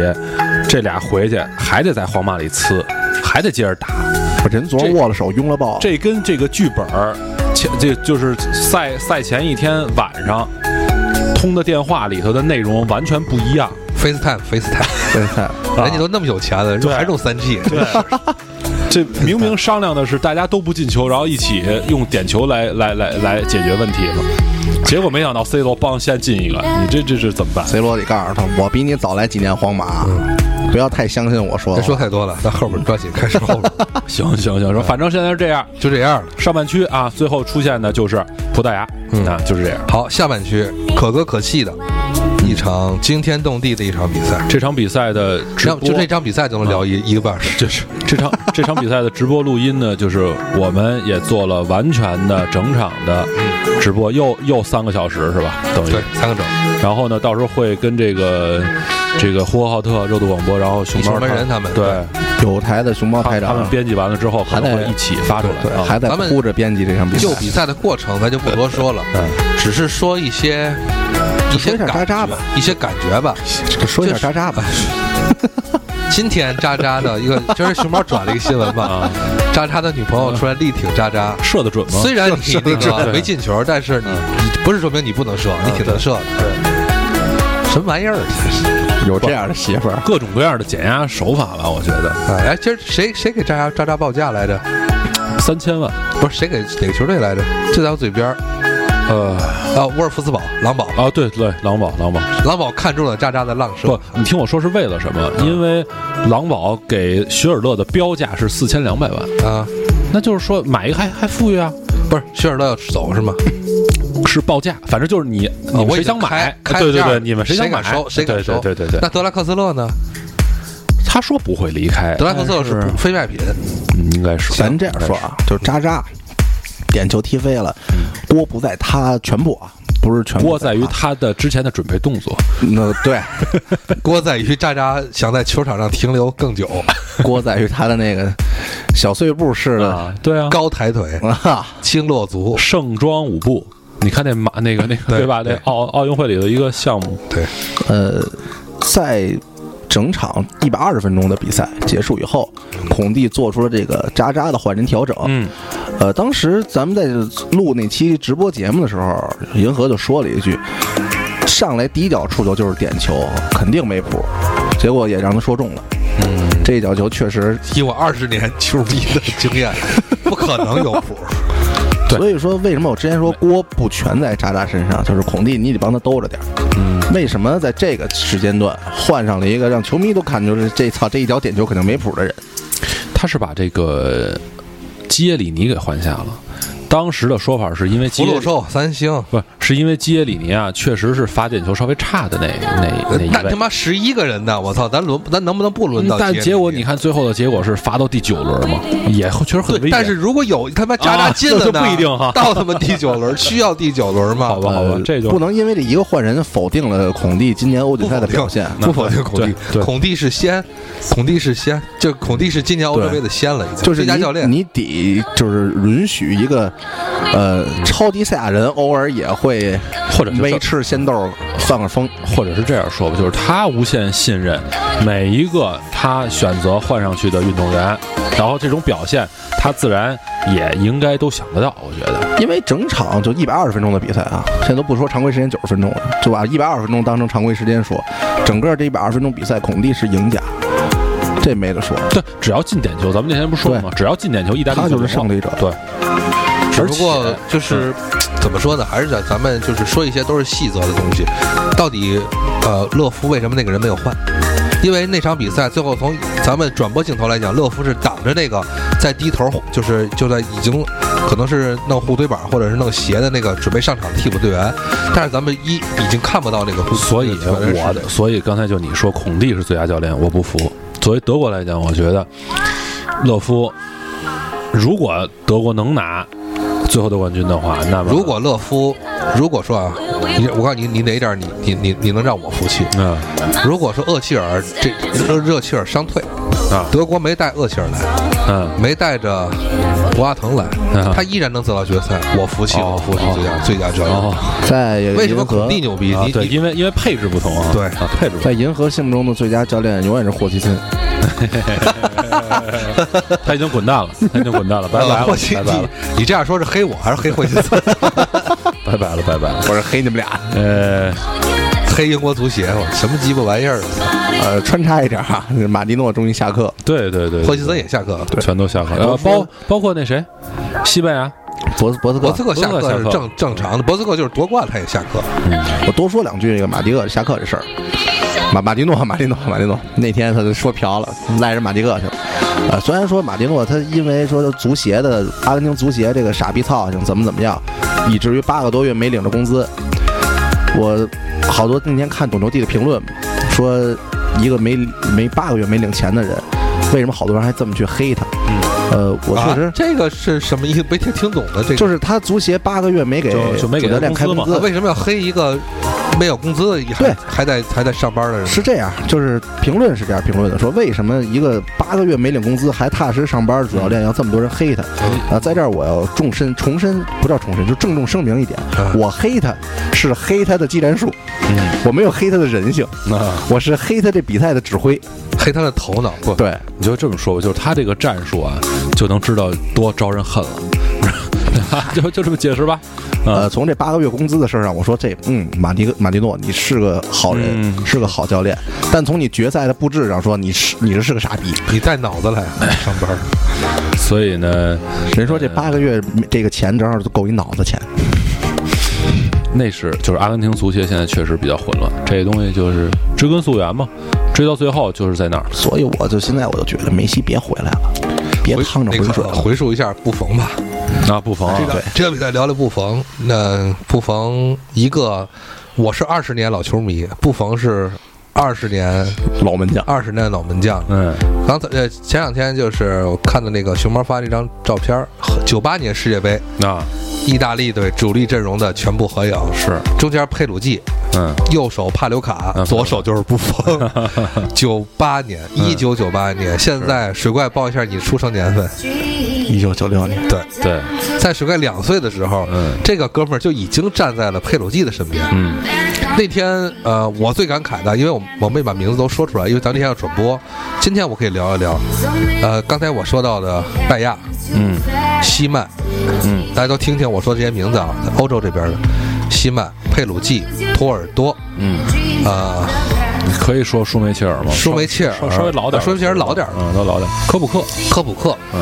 这俩回去还得在皇马里呲，还得接着打，
把人昨儿握了手，拥了抱，
这跟这个剧本儿前这就是赛赛前一天晚上通的电话里头的内容完全不一样。
FaceTime，FaceTime，
决赛
人家都那么有钱了，人家还用三 G，
这明明商量的是大家都不进球，然后一起用点球来来来来解决问题嘛，结果没想到 C 罗帮先进一个，你这这是怎么办？
，C 罗得告诉他，我比你早来几年皇马，
嗯
不要太相信我说
别
哎
的话。
说太多了，咱后边抓紧开始后边，
行行行，说反正现在是这样，
就这样了。
上半区啊，最后出现的就是葡萄牙，啊，就是这样。
好，下半区可歌可泣的一场惊天动地的一场比赛。
这场比赛的直
要
播
不就这场比赛就能
啊
聊一一个半小时，
就是这场这场比赛的直播录音呢，就是我们也做了完全的整场的直播，又又三个小时是吧？等于
对，，三个整。
然后呢，到时候会跟这个这个呼和浩特热度广播，然后熊猫
熊猫人他们
对
对
有台的熊猫
他
台
他
长
们编辑完了之后，可
还
能
在
会一起发出
对
来啊。
还在
咱们
哭着编辑这场比赛
就，比赛的过程咱就不多说了，只是说一些一些
嗯说一下
感
渣渣吧
觉一些感觉吧。哎
说一下渣渣吧，
今天渣渣的一个，
<laughs>
就是熊猫转了一个新闻嘛
啊，
渣渣的女朋友出来力挺渣
啊
渣。
射的准吗？
虽然你那个
对
没进球，但是你你不是说明你不能射，你挺能射的。什么玩意儿？真是
有这样的媳妇儿，
各种各样的减压手法吧，我觉得
哎，今儿谁谁给渣渣渣渣报价来着？
三千万，
不是谁给哪个球队来着？就在我嘴边儿
呃，
啊，沃尔夫斯堡狼堡，
啊，对对，狼堡，狼堡，
狼堡看中了渣渣的浪
不
射，，
你听我说是为了什
嗯
么？因为狼堡给徐尔勒的标价是四千两百万，
啊，
那就是说买一个还还富裕啊，
不是希尔勒要走是吗？
是报价，反正就是你
啊
你们
我
谁
已经
想买
开，开
对对
价
对，
了
你们想买
敢收？谁
对
敢
对
收？
对对对
那。德拉克斯勒呢？
他说不会离开
德，拉克斯勒是
但是
不
<laughs>
非卖品，
嗯应该是
咱这样说啊，就是渣渣点球踢飞了，锅不在他全部啊，不是全部，
锅在
啊
于他的之前的准备动作，
那对，
锅在于渣渣想在球场上停留更
<laughs>
久，
锅在于他的那个小碎步式的
嗯
啊，对啊，
高抬腿，
啊，
轻落足。
盛装舞步。你看那马那个那个
对
对吧？那
对
奥奥运会里的一个项目，
对，
呃，在整场一百二十分钟的比赛结束以后，孔蒂做出了这个渣渣的换人调整。
嗯，
呃，当时咱们在录那期直播节目的时候，银河就说了一句：“上来第一脚触球就是点球，肯定没谱。”结果也让他说中了。嗯，这一脚球确实，
以我二十年球迷的经验，不可能有
<laughs>
谱。
对
所以说为什么我之前说锅不全在渣渣身上，就是孔蒂你得帮他兜着点儿。嗯，为什么在这个时间段换上了一个让球迷都看就是这操这一脚点球肯定没谱的人？
他是把这个基耶里尼给换下了。当时的说法是因为基
福
耶
禄寿三星，
不是是因为基耶里尼啊，确实是罚点球稍微差的那那那一
呃那他
位。
妈十一个人呢！我操，咱轮咱能不能不轮到？
嗯但结果你。看最后的结果是罚到第九轮嘛，也确实很危险。
对，但是如果有他妈渣渣
啊
进了
这
呢，
就不一定哈
到他妈第九
<laughs>
轮，需要第九轮吗？
好吧，好吧
呃，
这就
不能因为这一个换人否定了孔蒂今年欧锦赛的表现。
不否定孔蒂
对，对
孔蒂是先，孔蒂是先，就孔蒂是今年欧洲杯的先了，已经
就是
最佳
你
教练。
你得就是允许一个，呃，超级赛亚人偶尔也会
或者是
没吃仙豆放个风，
或者是这样说吧，就是他无限信任
嗯
每一个他选择换上去的运动员，然后这种表现他自然也应该都想得到，我觉得。
因为整场就一百二十分钟的比赛啊，现在都不说常规时间九十分钟了，就把一百二十分钟当成常规时间说，整个这一百二十分钟比赛，孔蒂是赢家，这没得说，
对，只要进点球，咱们那天不是说了吗？只要进点球，意大利
他就是
赢
胜
了
利者。
对，
只
而
不过
且嗯
就是怎么说呢，还是想咱们就是说一些都是细则的东西。到底呃，勒夫为什么那个人没有换？因为那场比赛最后从咱们转播镜头来讲，勒夫是挡着那个在低头，就是就在已经可能是弄护腿板或者是弄斜的那个准备上场的替补队员，但是咱们一已经看不到那个护。
所以
那个队员是
我
谁
的，所以刚才就你说孔蒂是最佳教练，我不服。作为德国来讲，我觉得勒夫如果德国能拿最后的冠军的话，那么
如果勒夫，如果说啊，你我告诉你，你哪一点你你你你能让我服气？
嗯
如果说厄齐尔这热热切尔伤退，
啊
德国没带厄齐尔来，
嗯，
没带着博阿滕来
啊，
他依然能走到决赛，我服气，
哦
我服气
哦
最佳最佳教
然后
练。
在
为什么
银河
孔蒂牛逼？
啊
你
对，
你
因为因为配置不同啊，
对
啊配置不
在银河心目中的最佳教练永远是霍奇森。
同，他已经滚
<laughs>
蛋了，他已经滚蛋了，拜拜
呃
了，
霍奇
拜拜
你
了，
你这样说是黑我还是黑霍奇森？
拜拜了，拜拜了，
我是黑你们俩，
呃，
<laughs> 黑英国足协，我什么鸡巴玩意儿？
呃，穿插一点哈、马蒂诺终于下课，
对对对，对
霍奇森也下课了，
全都下课，呃，包包括那谁，西班牙，
博斯博斯克
博，斯克下课是正正常的，博斯克就是夺冠他也下课。
我多说两句这个马蒂厄下课这事儿。马马蒂诺，马蒂诺，马蒂诺，那天他就说瓢了，赖人马蒂厄去了。呃，虽然说马蒂诺他因为说足协的阿根廷足协这个傻逼操性怎么怎么样，以至于八个多月没领着工资。我好多那天看董球帝的评论，说一个没没八个月没领钱的人，为什么好多人还这么去黑他？呃，我确实、
嗯啊、这个是什么意思？没听听懂的这个，
就是他足协八个月没给
就就没给
主教练
他
开
工资
工
嘛
啊，
资
为什么要黑一个没有工资还
对
还在还在上班的人？
是这样，就是评论是这样评论的，说为什么一个八个月没领工资还踏实上班的主教练要这么多人黑他？
嗯
啊，在这儿我要重申重申，不叫重申，就郑重声明一点，
嗯
我黑他是黑他的技战术，
嗯，
我没有黑他的人性，
啊
那
我是黑他这比赛的指挥。
<laughs> 黑他的头脑不？
对，
你就这么说吧，就是他这个战术啊，就能知道多招人恨了，就就这么解释吧。
嗯
呃，从这八个月工资的事儿上，我说这，嗯，马蒂马蒂诺，你是个好人，
嗯
是个好教练，但从你决赛的布置上说，你是你是个傻逼。
你带脑子来
哎
上班，
所以呢，
人说这八个月这个钱正好就够你脑子钱，
那是就是阿根廷足协现在确实比较混乱，这东西就是追根溯源嘛，追到最后就是在那儿。
所以我就现在我就觉得梅西别回来了，别
回
趟着
那
浑
个
水了。啊
回溯一下布冯吧。
啊，布冯啊，
这个这个比赛聊聊布冯，那布冯一个，我是二十年老球迷，布冯是二十年
老门将，
二十年老门将。
嗯，
刚才呃前两天就是我看的那个熊猫发了一张照片，九八年世界杯，
那
意大利队主力阵容的全部合影，
是，
中间佩鲁季，
嗯，
右手帕留卡，
嗯
左手就是布冯。
<laughs>
九八年，一九九八年，现在水怪报一下你出生年份，
一哎九九六年，
对，
对，
在水怪两岁的时候，
嗯
这个哥们儿就已经站在了佩鲁季的身边。
嗯
那天，呃，我最感慨的，因为我我没把名字都说出来，因为咱那天要转播。今天我可以聊一聊，呃，刚才我说到的拜亚、
嗯
希曼，
嗯，
大家都听听我说这些名字啊，在欧洲这边的希曼、佩鲁季、托尔多，
嗯，
呃，
你可以说舒梅切尔吗？
舒梅切尔
稍稍微老点儿，
舒梅切尔老点儿
嗯，都老点儿。科普克，
科普克，
嗯，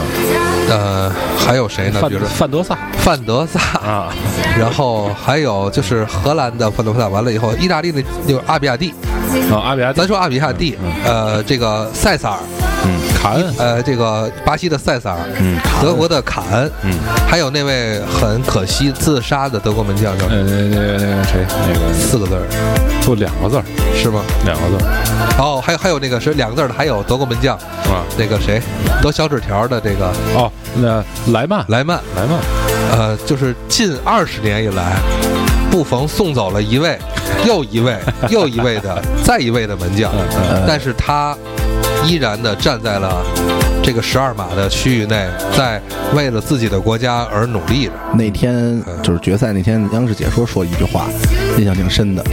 呃，还有谁呢？
范
比如说
范德萨
范德萨，
啊，
然后还有就是荷兰的范德萨，完了以后，意大利的就是阿比亚蒂，
啊，阿比亚蒂
咱，说阿比亚蒂，呃，这个塞萨尔，
嗯，卡恩，
呃，这个巴西的塞萨尔，
嗯
德国的卡恩，
嗯，
还有那位很可惜自杀的德国门将叫
呃，那那个那个谁，那个
四个字儿
就两个字儿，
是吗？
两个字儿
哦，还有还有那个是两个字儿的，还有德国门将
啊。
那个谁得小纸条的这个
哦，那莱曼，
莱曼，
莱曼，
呃，就是近二十年以来，布冯送走了一位又一位又一位的再一位的门将，但是他依然的站在了这个十二码的区域内，在为了自己的国家而努力着。
那
嗯
天就是决赛那天，央视解说说一句话，印象挺深的。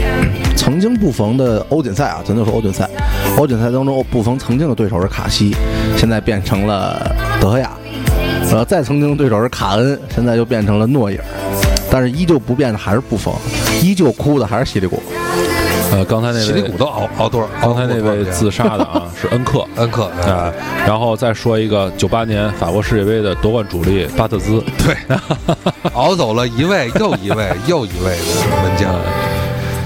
曾经布冯的欧锦赛啊，咱就说欧锦赛，欧锦赛当中布冯曾经的对手是卡西，现在变成了德赫亚，呃，再曾经的对手是卡恩，现在又变成了诺伊尔，但是依旧不变的还是布冯，依旧哭的还是犀利果。
呃，刚才那
喜力
位
古，都熬熬多少？
刚才那
熬过多少
位
年
自杀的
<laughs>
啊，是恩克，
恩克，
啊，然后再说一个九八年法国世界杯的夺冠主力巴特兹，
对，熬走了一位又一位又一位的门将。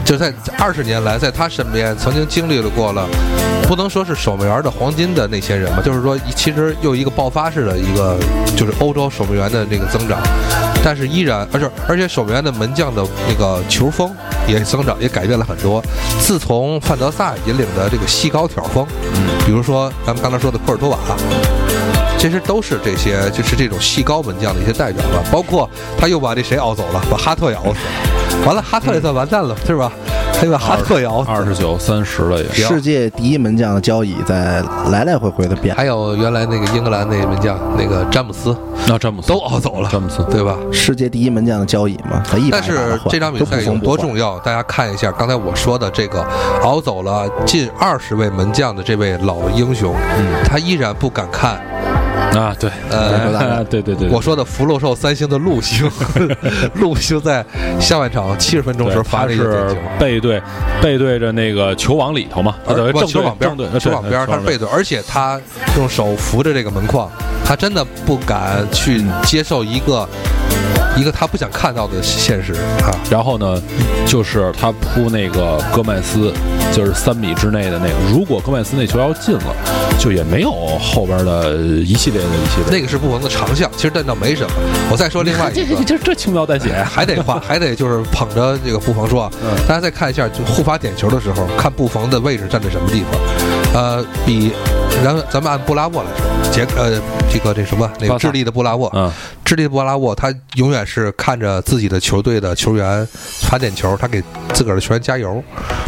就在二十年来，在他身边曾经经历了过了，不能说是守门员的黄金的那些人吧，就是说，其实又一个爆发式的一个，就是欧洲守门员的那个增长，但是依然，而且而且守门员的门将的那个球风也增长，也改变了很多。自从范德萨引领的这个细高挑风，比如说咱们刚才说的库尔图瓦，其实都是这些，就是这种细高门将的一些代表吧。包括他又把这谁熬走了，把哈特也熬死了，完了哈特也算完蛋了，是吧？他又把哈特也熬死了
二十九、三十了也是，
行
世界第一门将的交椅在来来回回的变，
还有原来那个英格兰那门将那个詹姆斯
那詹姆斯
都熬走了，
詹姆斯
对吧？
世界第一门将的交椅嘛，他
但
一把一把
是
地换
这场比赛有多重要？大家看一下刚才我说的这个熬走了近二十位门将的这位老英雄，
嗯
他依然不敢看
啊，对，
呃
<laughs> 对对对，
嗯我说的福禄寿三星的陆星， <laughs> 陆星在下半场七十分钟
对
时候发
他
了一个点
是
球。
背对背对着那个球网里头嘛，他等于
而呃不
正
球
对
网边
正呃对
儿，球网边儿，他是背，对，而且他用手扶着这个门框，他真的不敢去接受一个一个他不想看到的现实啊。
然后呢，就是他扑那个戈麦斯，就是三米之内的那个。如果戈麦斯那球要进了，就也没有后边的一系列的一系列。
那个是布冯的长项，其实这倒没什么。我再说另外
<laughs> 这
一
这
个。
这这轻描淡写 <laughs>
哎，
啊！
还得画，还得就是捧着这个布冯说啊，
嗯
大家再看一下，就护法点球的时候，看布冯的位置站在什么地方，呃，比，然后咱们按布拉沃来说，杰呃，这个这什么那
巴
个
萨
智利的布拉沃，
嗯，
智利的布拉沃，他永远是看着自己的球队的球员罚点球，他给自个儿的球员加油，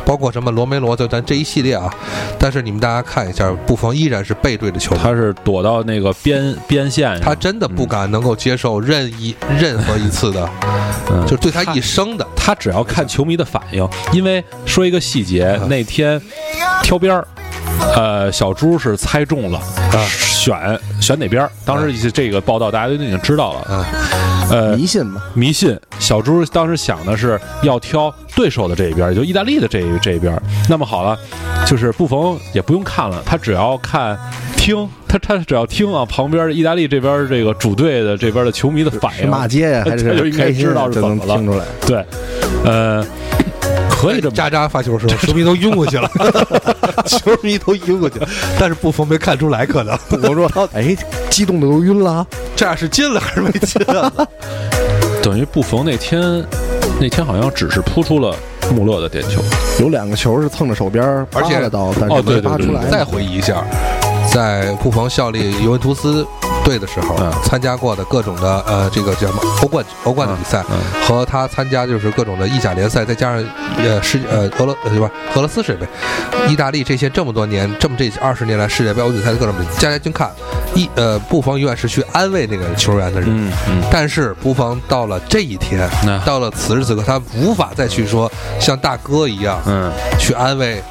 包括什么罗梅罗，就咱这一系列啊。但是你们大家看一下，布冯依然是背对着球门，
他嗯是躲到那个边边线
他
上，
真的不敢能够接受任一任何一次的，
嗯
就是对他一生的。
他只要看球迷的反应，因为说一个细节，
嗯
那天挑边儿，呃，小猪是猜中了，
嗯
选选哪边儿。当时一些这个报道大家都已经知道了，
嗯，
呃，
迷信嘛，
迷信。小猪当时想的是要挑对手的这一边，也就意大利的这一这一边。那么好了，就是布冯也不用看了，他只要看听， <laughs> 他他只要听啊，旁边意大利这边这个主队的这边的球迷的反
是
应，
骂街呀，
<laughs>
还
这就
是
应该
开心
知道是
就能
怎么了
听
<laughs>
出来。
对，呃，可以这么
哎渣渣发球的时候，球迷都晕过去了， <laughs> 球迷都晕过去了，但是布冯没看出来，可 <laughs> 能
我说，哎，激动的都晕了啊。
这样是进了还是没进啊？
等于布冯那天，那天好像只是扑出了穆勒的点球，
有两个球是蹭着手边儿
而且
扒拉到，但
哦
是
对对
没扒
对
出来。
再回忆一下，在布冯效力尤文图斯队的时候，
嗯
参加过的各种的呃，这个叫什么欧冠欧冠的比赛，
嗯
和他参加就是各种的意甲联赛，再加上呃世呃俄罗呃不是俄罗斯世界杯、意大利这些这么多年这么这二十年来世界杯欧锦赛的各种比赛，大家均看一呃布冯永远是去安慰那个球员的人。
嗯嗯，
但是布冯到了这一天
那，
到了此时此刻，他无法再去说像大哥一样，
嗯，
去安慰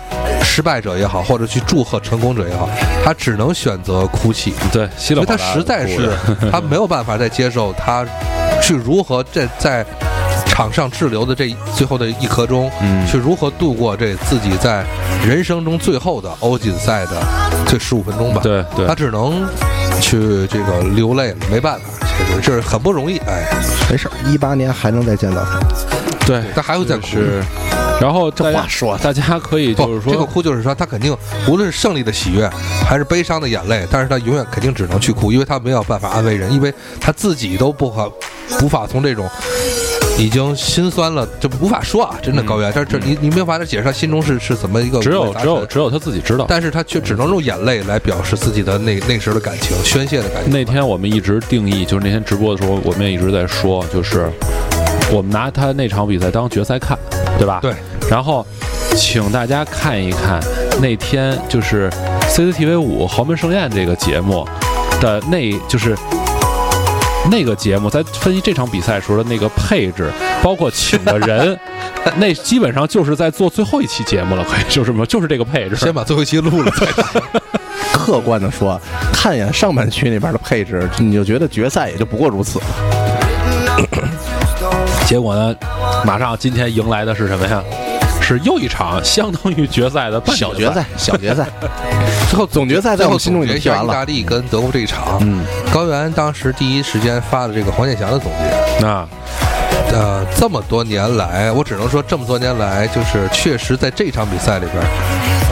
失败者也好，或者去祝贺成功者也好，他只能选择哭泣，
对，希
因
勒
为
马
他
达
实在是 <laughs>
哭的
他没有办法再接受他去如何在在场上滞留的这一最后的一刻钟，
嗯
去如何度过这自己在人生中最后的欧锦赛的这十五分钟吧。
对对
他，只能去这个流泪了，没办法，其实这是很不容易，哎，
没事儿，一八年还能再见到他。
对，
他还会再哭。
是。然后这
话说的
大家可以
不
就是
这个
说，
哭就是说，他肯定无论是胜利的喜悦，还是悲伤的眼泪，但是他永远肯定只能去哭，因为他没有办法安慰人，因为他自己都不好，无法从这种已经心酸了，就无法说啊，真
嗯
的高原，但是这你你没有办法解释他心中是是怎么一个
只
五
有
味杂
只有
陈
只有他自己知道。
但是他却只能用眼泪来表示自己的那那时候的感情，宣泄的感情。
那天我们一直定义，就是那天直播的时候，我们也一直在说，就是我们拿他那场比赛当决赛看，对吧？
对。
然后，请大家看一看那天就是 CCTV 五《豪门盛宴》这个节目的那，就是那个节目在分析这场比赛时候的那个配置，包括请的
<laughs>
人，那基本上就是在做最后一期节目了，可以就这么说，就是这个配置。
先把最后一期录了再打，
客观的说，看一眼上半区那边的配置，你就觉得决赛也就不过如此了。
结果呢，马上今天迎来的是什么呀？是又一场相当于决赛的半
小
决
决赛，小决赛， <laughs> 最后总决赛
最
在
后
我们心中
总
已
结
经
一
踢
下
完
意
了
大。利跟德国这一场，
嗯，
高原当时第一时间发的这个黄健翔的总结，
啊，
呃，这么多年来，我只能说这么多年来，就是确实在这场比赛里边，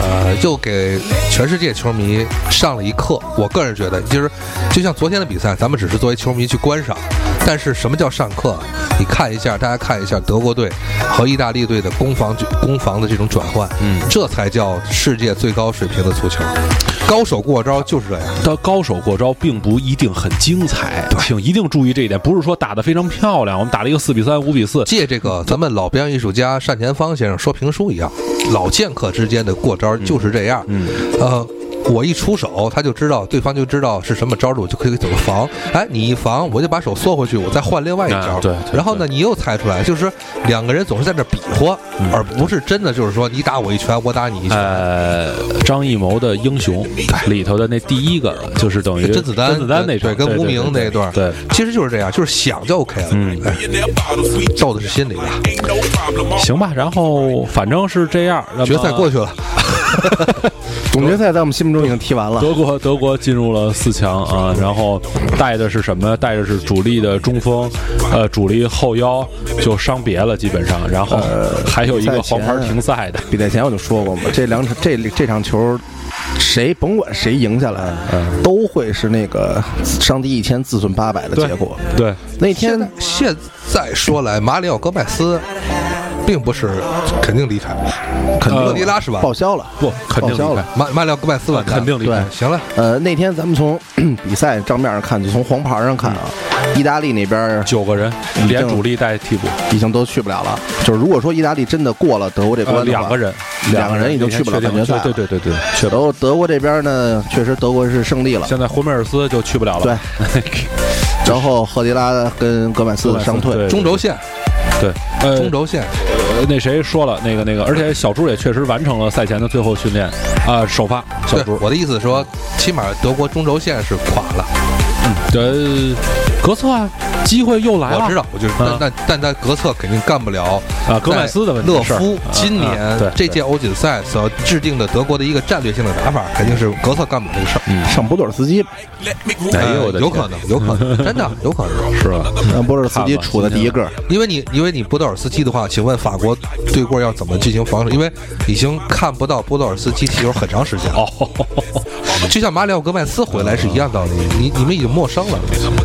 呃，又给全世界球迷上了一课。我个人觉得，就是就像昨天的比赛，咱们只是作为球迷去观赏，但是什么叫上课？你看一下，大家看一下德国队和意大利队的攻防攻防的这种转换，嗯，这才叫世界最高水平的足球。高手过招就是这样。
到高手过招并不一定很精彩，请一定注意这一点，不是说打得非常漂亮，我们打了一个四比三、五比四，
借这个咱们老表演艺术家单田芳先生说评书一样，老剑客之间的过招就是这样。嗯，呃，我一出手，他就知道对方就知道是什么招数，我就可以怎么防。哎，你一防，我就把手缩回去，我再换另外一招。
啊对对
然后呢，你又猜出来，就是两个人总是在这比划，
嗯
而不是真的就是说你打我一拳，我打你一拳。
呃，张艺谋的《英雄》里头的那第一个，就是等于
甄子丹，
甄子丹那场，
对，跟
对
无名那一段，
对，
其实就是这样，就是想就 OK 了。嗯，斗的是心里啊。
行吧。然后反正是这样，那么
决赛过去了，
总决赛在我们心目中已经踢完了。
德国德国进入了四强啊，然后带的是什么？带的是主力的中锋，呃，主力后腰就伤别了，基本上，然后还有一个黄牌停赛的。
比赛前我就说过嘛，这两场这这场球，谁甭管谁赢下来，
嗯
都会是那个上帝一千自损八百的
对
结果。
对，
那
现
天
在现在说来，马里奥戈麦斯并不是肯定离开，
肯
呃
洛
定
迪拉是吧？
报销了，
不肯定
报销
离
了
开。
马马里奥戈麦斯完蛋
呃肯定离开
对
行了，
呃，那天咱们从 <clears throat> 比赛账面上看，就从黄牌上看啊，意大利那边
九个人，连主力带替补，
已经都去不了了。就是如果说意大利真的过了德国这关
呃，
的话，
两个人，
两个人已经
那天
去不了
确定
半决赛
对对对对对，去
然
不了。
后德国这边呢，确实德国是胜利了，
现在胡梅尔斯就去不了了，
对，然后赫迪拉跟戈麦斯伤退
对，
中轴线，
<laughs> 对，呃，
中轴线，
呃那谁说了那个那个，而且小朱也确实完成了赛前的最后训练啊，首发小
对
朱，，
我的意思说，起码德国中轴线是垮了，
呃，格策啊，机会又来了，
我知道，我就是，
啊
但但但但格策肯定干不了
啊戈麦斯的问题
勒
是
夫
啊
今
啊
年
对
这届欧锦赛所制定的德国的一个战略性的打法，肯定是格策干不了这个事儿。呃
上波多尔斯基吧，
嗯哎呦我的
有
天
可能，有
<laughs>
可能，真的有可能。
是吧？
嗯
让波多尔斯基处在第一个。
因为你因为你波多尔斯基的话，请问法国对过要怎么进行防守？因为已经看不到波多尔斯基踢球很长时间了，
哦， <laughs>
就像马里奥戈麦斯回来是一样道理。你你们已经陌生了，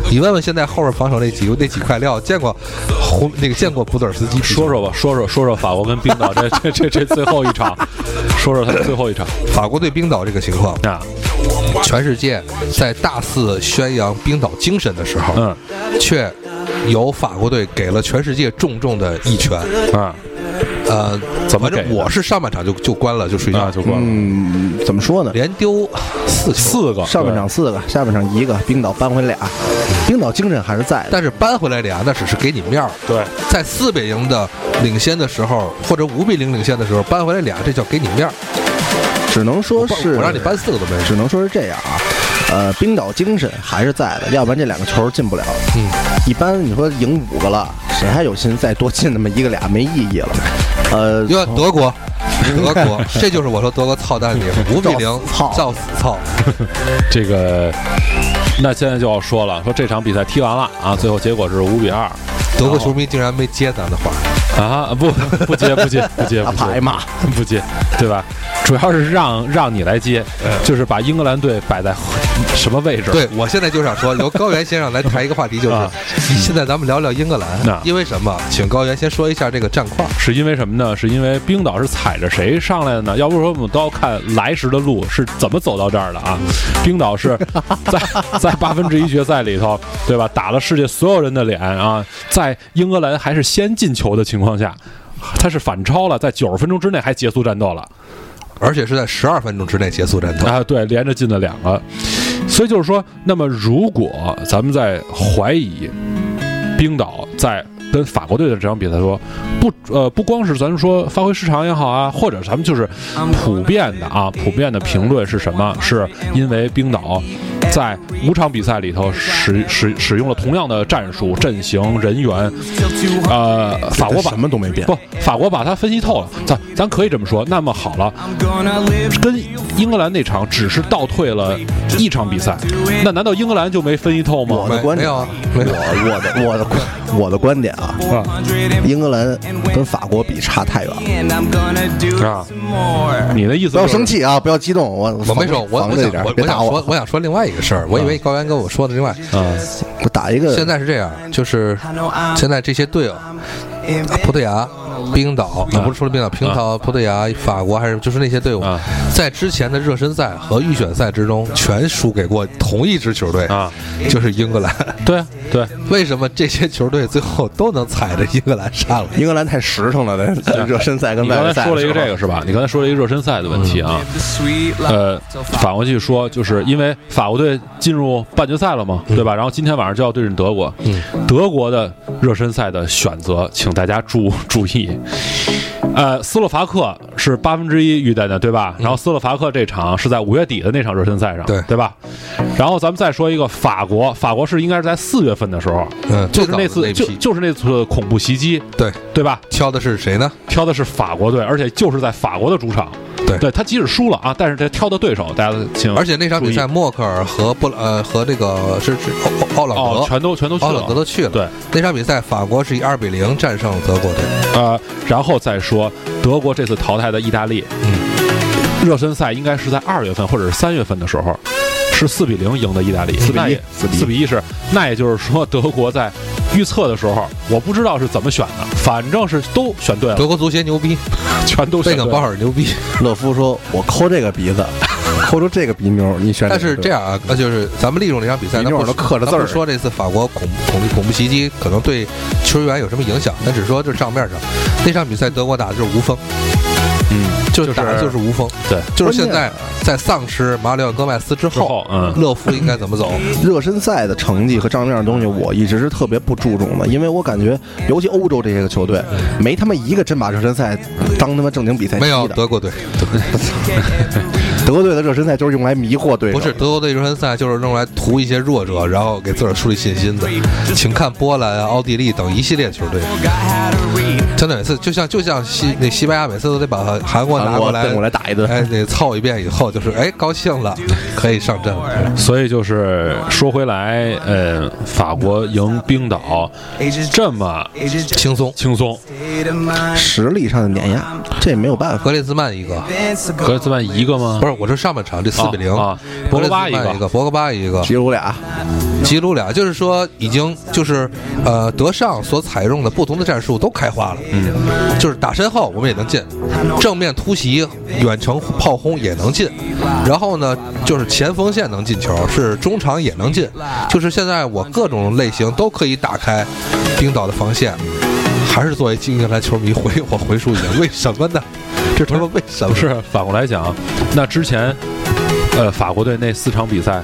你问问现在后边防守那几个那几块料，见过红那个见过波多尔斯基踢球
说说吧，说说说说法国跟冰岛这这这这最后一场，说说他们最后一场
法国对冰岛这个情况，
啊，
全世界在大肆宣扬冰岛精神的时候，
嗯
却由法国队给了全世界重重的一拳。
啊
呃，
怎么
反正
给的
我是上半场就就关了，就睡觉，
啊就过了，
嗯，怎么说呢？
连丢四球。
四个
上半场四个，下半场一个，冰岛扳回俩，冰岛精神还是在的。
但是扳回来俩，那只是给你面儿。
对
在四比零的领先的时候，或者五比零领先的时候，扳回来俩，这叫给你面儿。
只能说是
我让你扳四个都没事
只。能说是这样啊。呃，冰岛精神还是在的，要不然这两个球进不了。
嗯，
一般你说赢五个了，谁还有心再多进那么一个俩没意义了？呃，
因为德
<laughs>
国，德国，这就是我说德国操蛋的地方，五比零
造，
造死操。
这个，那现在就要说了，说这场比赛踢完了啊，最后结果是五比二
德国球迷竟然没接咱的话，
啊，不不接不接不接
打
不
牌
接
嘛，
不接，对吧？主要是让让你来接，就是把英格兰队摆在什么位置？
对我现在就想说，由高原先生来谈一个话题，就
啊
是现在咱们聊聊英格兰
那，
因为什么？请高原先说一下这个战况。
是因为什么呢？是因为冰岛是踩着谁上来的呢？要不说我们都要看来时的路是怎么走到这儿的啊。冰岛是在在八分之一决赛里头，对吧？打了世界所有人的脸啊，在英格兰还是先进球的情况下，他是反超了，在九十分钟之内还结束战斗了。
而且是在十二分钟之内结束战斗。
啊，对，连着进了两个。所以就是说，那么如果咱们在怀疑冰岛在跟法国队的这场比赛说，不呃不光是咱们说发挥失常也好啊，或者咱们就是普遍的啊，普遍的评论是什么？是因为冰岛。在五场比赛里头使使使用了同样的战术、阵型、人员，呃，法国把
什么都没变。
不，法国把它分析透了，咱咱可以这么说。那么好了，跟英格兰那场只是倒退了一场比赛，那难道英格兰就没分析透
我
吗？
的观
没
点
有啊，没有。
我我的我的观我的观点啊，
啊
英格兰跟法国比差太远了。
啊！你的意思、
不要生，气啊，不要激动，我
我
我
没说，我
防
我
着
想
一点
我，
别
我
打
想
我
说，我想说另外一个事儿。我以为高原跟我说的另外，
啊
我打
嗯
一个。
现在是这样，就是现在这些队友，葡萄牙、
嗯
冰岛，啊、不是除了冰岛，冰岛、葡萄牙、法国还是就是那些队伍
啊，
在之前的热身赛和预选赛之中，全输给过同一支球队
啊，
就是英格兰。 <laughs>
对啊对，
为什么这些球队最后都能踩着英格兰上来？
英格兰太实
<laughs>
诚了，在热身赛跟
你
外
刚
围
才
赛
说了一个
的时候嗯
这个是吧？你刚才说了一个热身赛的问题啊，呃，反过去说，就是因为法国队进入半决赛了嘛，
嗯
对吧？然后今天晚上就要对阵德国，德国的热身赛的选择，请大家注 <laughs> 注意。呃，斯洛伐克是八分之一预赛的，对吧？然后斯洛伐克这场是在五月底的那场热身赛上，
嗯对
对吧？然后咱们再说一个法国，法国是应该是在四月份的时候，
嗯，
就是
最早的
那次
那
就
批
就是那次恐怖袭击，
对
对吧？
挑的是谁呢？
嗯挑的是法国队，而且就是在法国的主场，
对
对他即使输了啊，但是他挑的对手，大家请
而且那场比赛，
注
默克尔和布拉呃和这个是是奥奥
意哦，
朗
全都全都
德，
去
奥朗德
了，
都去了。
对，
那场比赛法国是以二比零战胜德国队，
呃，然后再说德国这次淘汰的意大利，
嗯
热身赛应该是在二月份或者是三月份的时候，是四比零赢的意大利，
4比1
那也
4比1
四比一是，那也就是说德国在预测的时候，我不知道是怎么选的，反正是都选对了，
德国足协牛逼，
全都
贝
选对
肯鲍
了。
尔牛逼。
乐夫说：“我抠这个鼻
<laughs>
子，抠出这个鼻牛，你选哪
但
个队。
是这样啊，那就是咱们利用这场比赛，
一
咱
会儿
不
都刻着字儿
咱不说这次法国恐恐恐怖袭击可能对球员有什么影响，咱只说就是账面上，那场比赛德国打的就是无锋，
嗯，
就
就是
打的就是无锋，
对，
就是
关键
现在在丧失马里奥戈麦斯之
之后
后，
嗯
勒夫应该怎么
<laughs>
走？
热身赛的成绩和账面上的东西，我一直是特别不注重的，因为我感觉，尤其欧洲这些个球队，没他妈一个真把热身赛当他妈正经比赛踢
没有
的。
德国队，
德队的热身赛就是用来迷惑对手，
不是德国队热身赛就是用来屠一些弱者，然后给自个儿树立信心的。请看波兰、奥地利等一系列球队，真的每次就像就像西那西班牙每次都得把韩国拿
韩国
过来
瞪过来打一顿
哎，得操一遍以后就是哎高兴了，可以上阵了。
所以就是说回来，呃，法国赢冰岛这么
轻松，
轻松，
实力上的碾压，这也没有办法。
格列兹曼一个，
格列兹曼一个吗
不？是我说上半场这四比零
啊，博
格
格
列兹曼
巴
一
一个
个，博格巴一个，
吉鲁俩，
吉鲁俩，就是说已经就是呃，德尚所采用的不同的战术都开花了，嗯，就是打身后我们也能进，正面突袭、远程炮轰也能进，然后呢，就是前锋线能进球，是中场也能进，就是现在我各种类型都可以打开冰岛的防线。还是作为英格兰球迷回我回溯一下，为什么呢？这他妈为什么
不？是，反过来讲，啊那之前，呃，法国队那四场比赛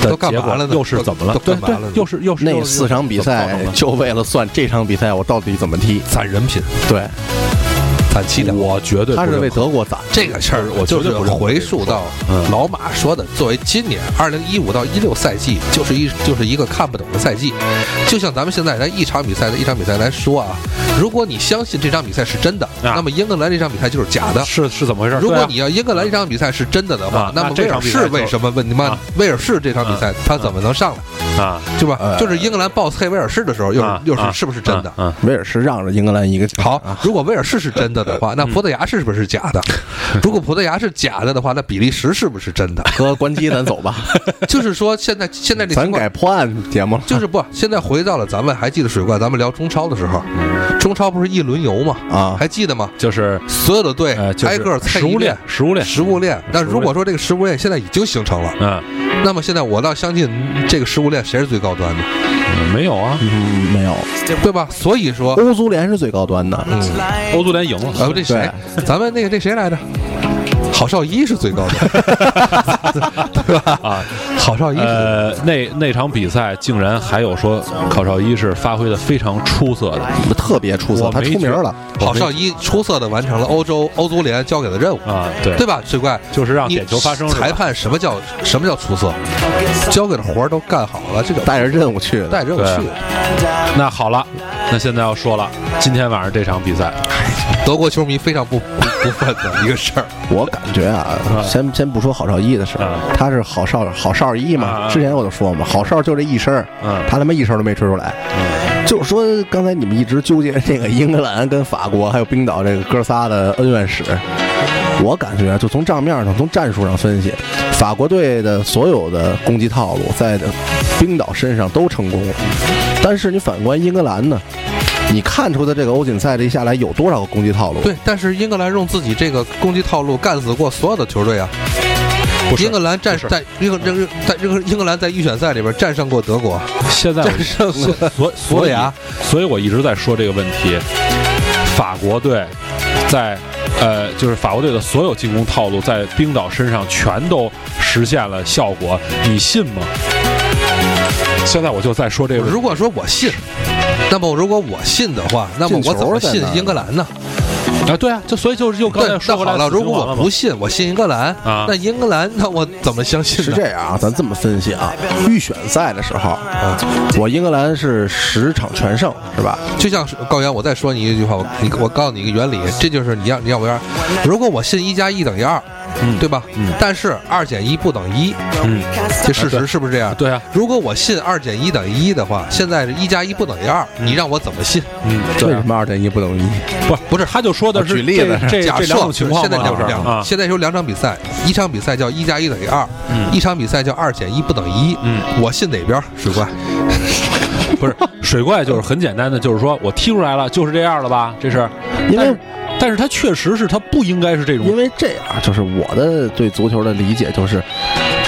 的
都干
结
嘛
果
了呢
又是怎么
都
了？
都
对
干嘛了呢
对，又是又是
那
又是
四场比
怎
赛
么造成的
就为了算这场比赛我到底怎么踢。
攒人品，
对，
攒气量。
我绝对不
他是
认
为
可
德国攒。
这个事儿，我就是回溯到
嗯
老马说的，作为今年二零一五到一六赛季，就是一就是一个看不懂的赛季。就像咱们现在咱一场比赛的一场比赛来说啊，如果你相信这场比赛是真的，
啊
那么英格兰这场比赛就是假的。
是是怎么回事？
如
对
果
啊
你要英格兰这场比赛是真的的话
啊，
那么
那这
威尔
场比赛
士
就
为什么问你妈
啊
威尔士这场比赛他怎么能上来，
啊，
对吧？
呃
就是英格兰爆黑威尔士的时候，又是
啊
又是
啊
是不是真的？
嗯，
威尔士让着英格兰一个
<laughs> 好，如果威尔士是真的
<laughs>
的话，
嗯
那葡萄牙是不是假的？如果葡萄牙是假的的话，那比利时是不
<laughs>
是真的？
哥关机，咱走吧，
就是说现在现在这
咱
情况
改破案节目了。
<laughs> 就是不，现在回到了咱们还记得水怪，咱们聊中超的时候，中超不是一轮游吗？
嗯啊
还记得吗？
就是
所有的队
呃，就
挨
是
个儿菜
食
一
物链
遍，
食物链，
食物链。但
食物
如果
链
说这个食物链现在已经形成了，
嗯，
那么现在我倒相信嗯这个食物链谁是最高端的，
没有啊，
嗯，没有，
对吧？所以说，呃
欧足联是最高端的。
欧足联赢了，
咱们这谁，咱们那个这谁来着？郝邵一是最高
<laughs>
的，对吧？
啊，
郝邵一是
呃，那那场比赛竟然还有说考绍一是发挥的非常出色的，
特别出色，
我
他
没
出名了。
郝邵一出色的完成了欧洲欧足联交给的任务
啊对
对吧？水怪
就是让
你
点球发生是吧
裁判什么叫什么叫出色？交给的活儿都干好了，这个
带着任务去的，
带任务去。
那好了，那现在要说了，今天晚上这场比赛，
德国球迷非常不 <laughs> 不不忿的一个事儿，
我感觉啊，先先不说郝邵一的事儿
啊，
他是郝邵郝邵一嘛，
啊
之前我就说嘛，郝邵就这一声儿
嗯，
他他妈一声都没吹出来。就是说，刚才你们一直纠结这个英格兰跟法国还有冰岛这个哥仨的恩怨史，我感觉啊就从账面上、从战术上分析，法国队的所有的攻击套路在冰岛身上都成功了。但是你反观英格兰呢，你看出的这个欧锦赛这一下来有多少个攻击套路？
<laughs> 对。但是英格兰用自己这个攻击套路干死过所有的球队啊！
不是
英格兰战
不是
在英格英格在英格英格兰在预选赛里边战胜过德国，
现在我
战胜过
所
葡萄
所以
牙，
所以我一直在说这个问题。法国队在呃，就是法国队的所有进攻套路在冰岛身上全都实现了效果，你信吗？现在我就在说这个问题，
如果说我信，那么如果我信的话，那么我怎么信英格兰呢？
啊，对啊，就所以就是又刚才
对，
说
那
回
好
来
了，
死循
如果
环
我
了嘛
不信，我信英格兰，
啊
那英格兰，那我怎么相信
是
呢？
这样啊，咱这么分析啊，预选赛的时候，啊，我英格兰是十场全胜，是吧？
就像是高原，我再说你一句话，我你我告诉你一个原理，这就是你要你要不要？如果我信一加一等于二，对吧？但是二减一不等于一，
嗯，
这事
啊
实是不是这样？
对啊，
如果我信二减一等于一的话，现在是一加一不等于二，你让我怎么信？
嗯，
为
对啊
什，么二减一不等于一？
不
不是
他就说的是
我举例子
这这
假
这
设
两种情况
现在
嘛，
两
就是
两、
啊，
现在有两场比赛，一场比赛叫一加一等于二、
嗯
一场比赛叫二减一不等于一。
嗯
我信哪边儿？水怪，
不是水怪就是很简单的，就是说我踢出来了，就是这样了吧，这是，
因为
但是他确实是他不应该是这种
因为这样，就是我的对足球的理解就是，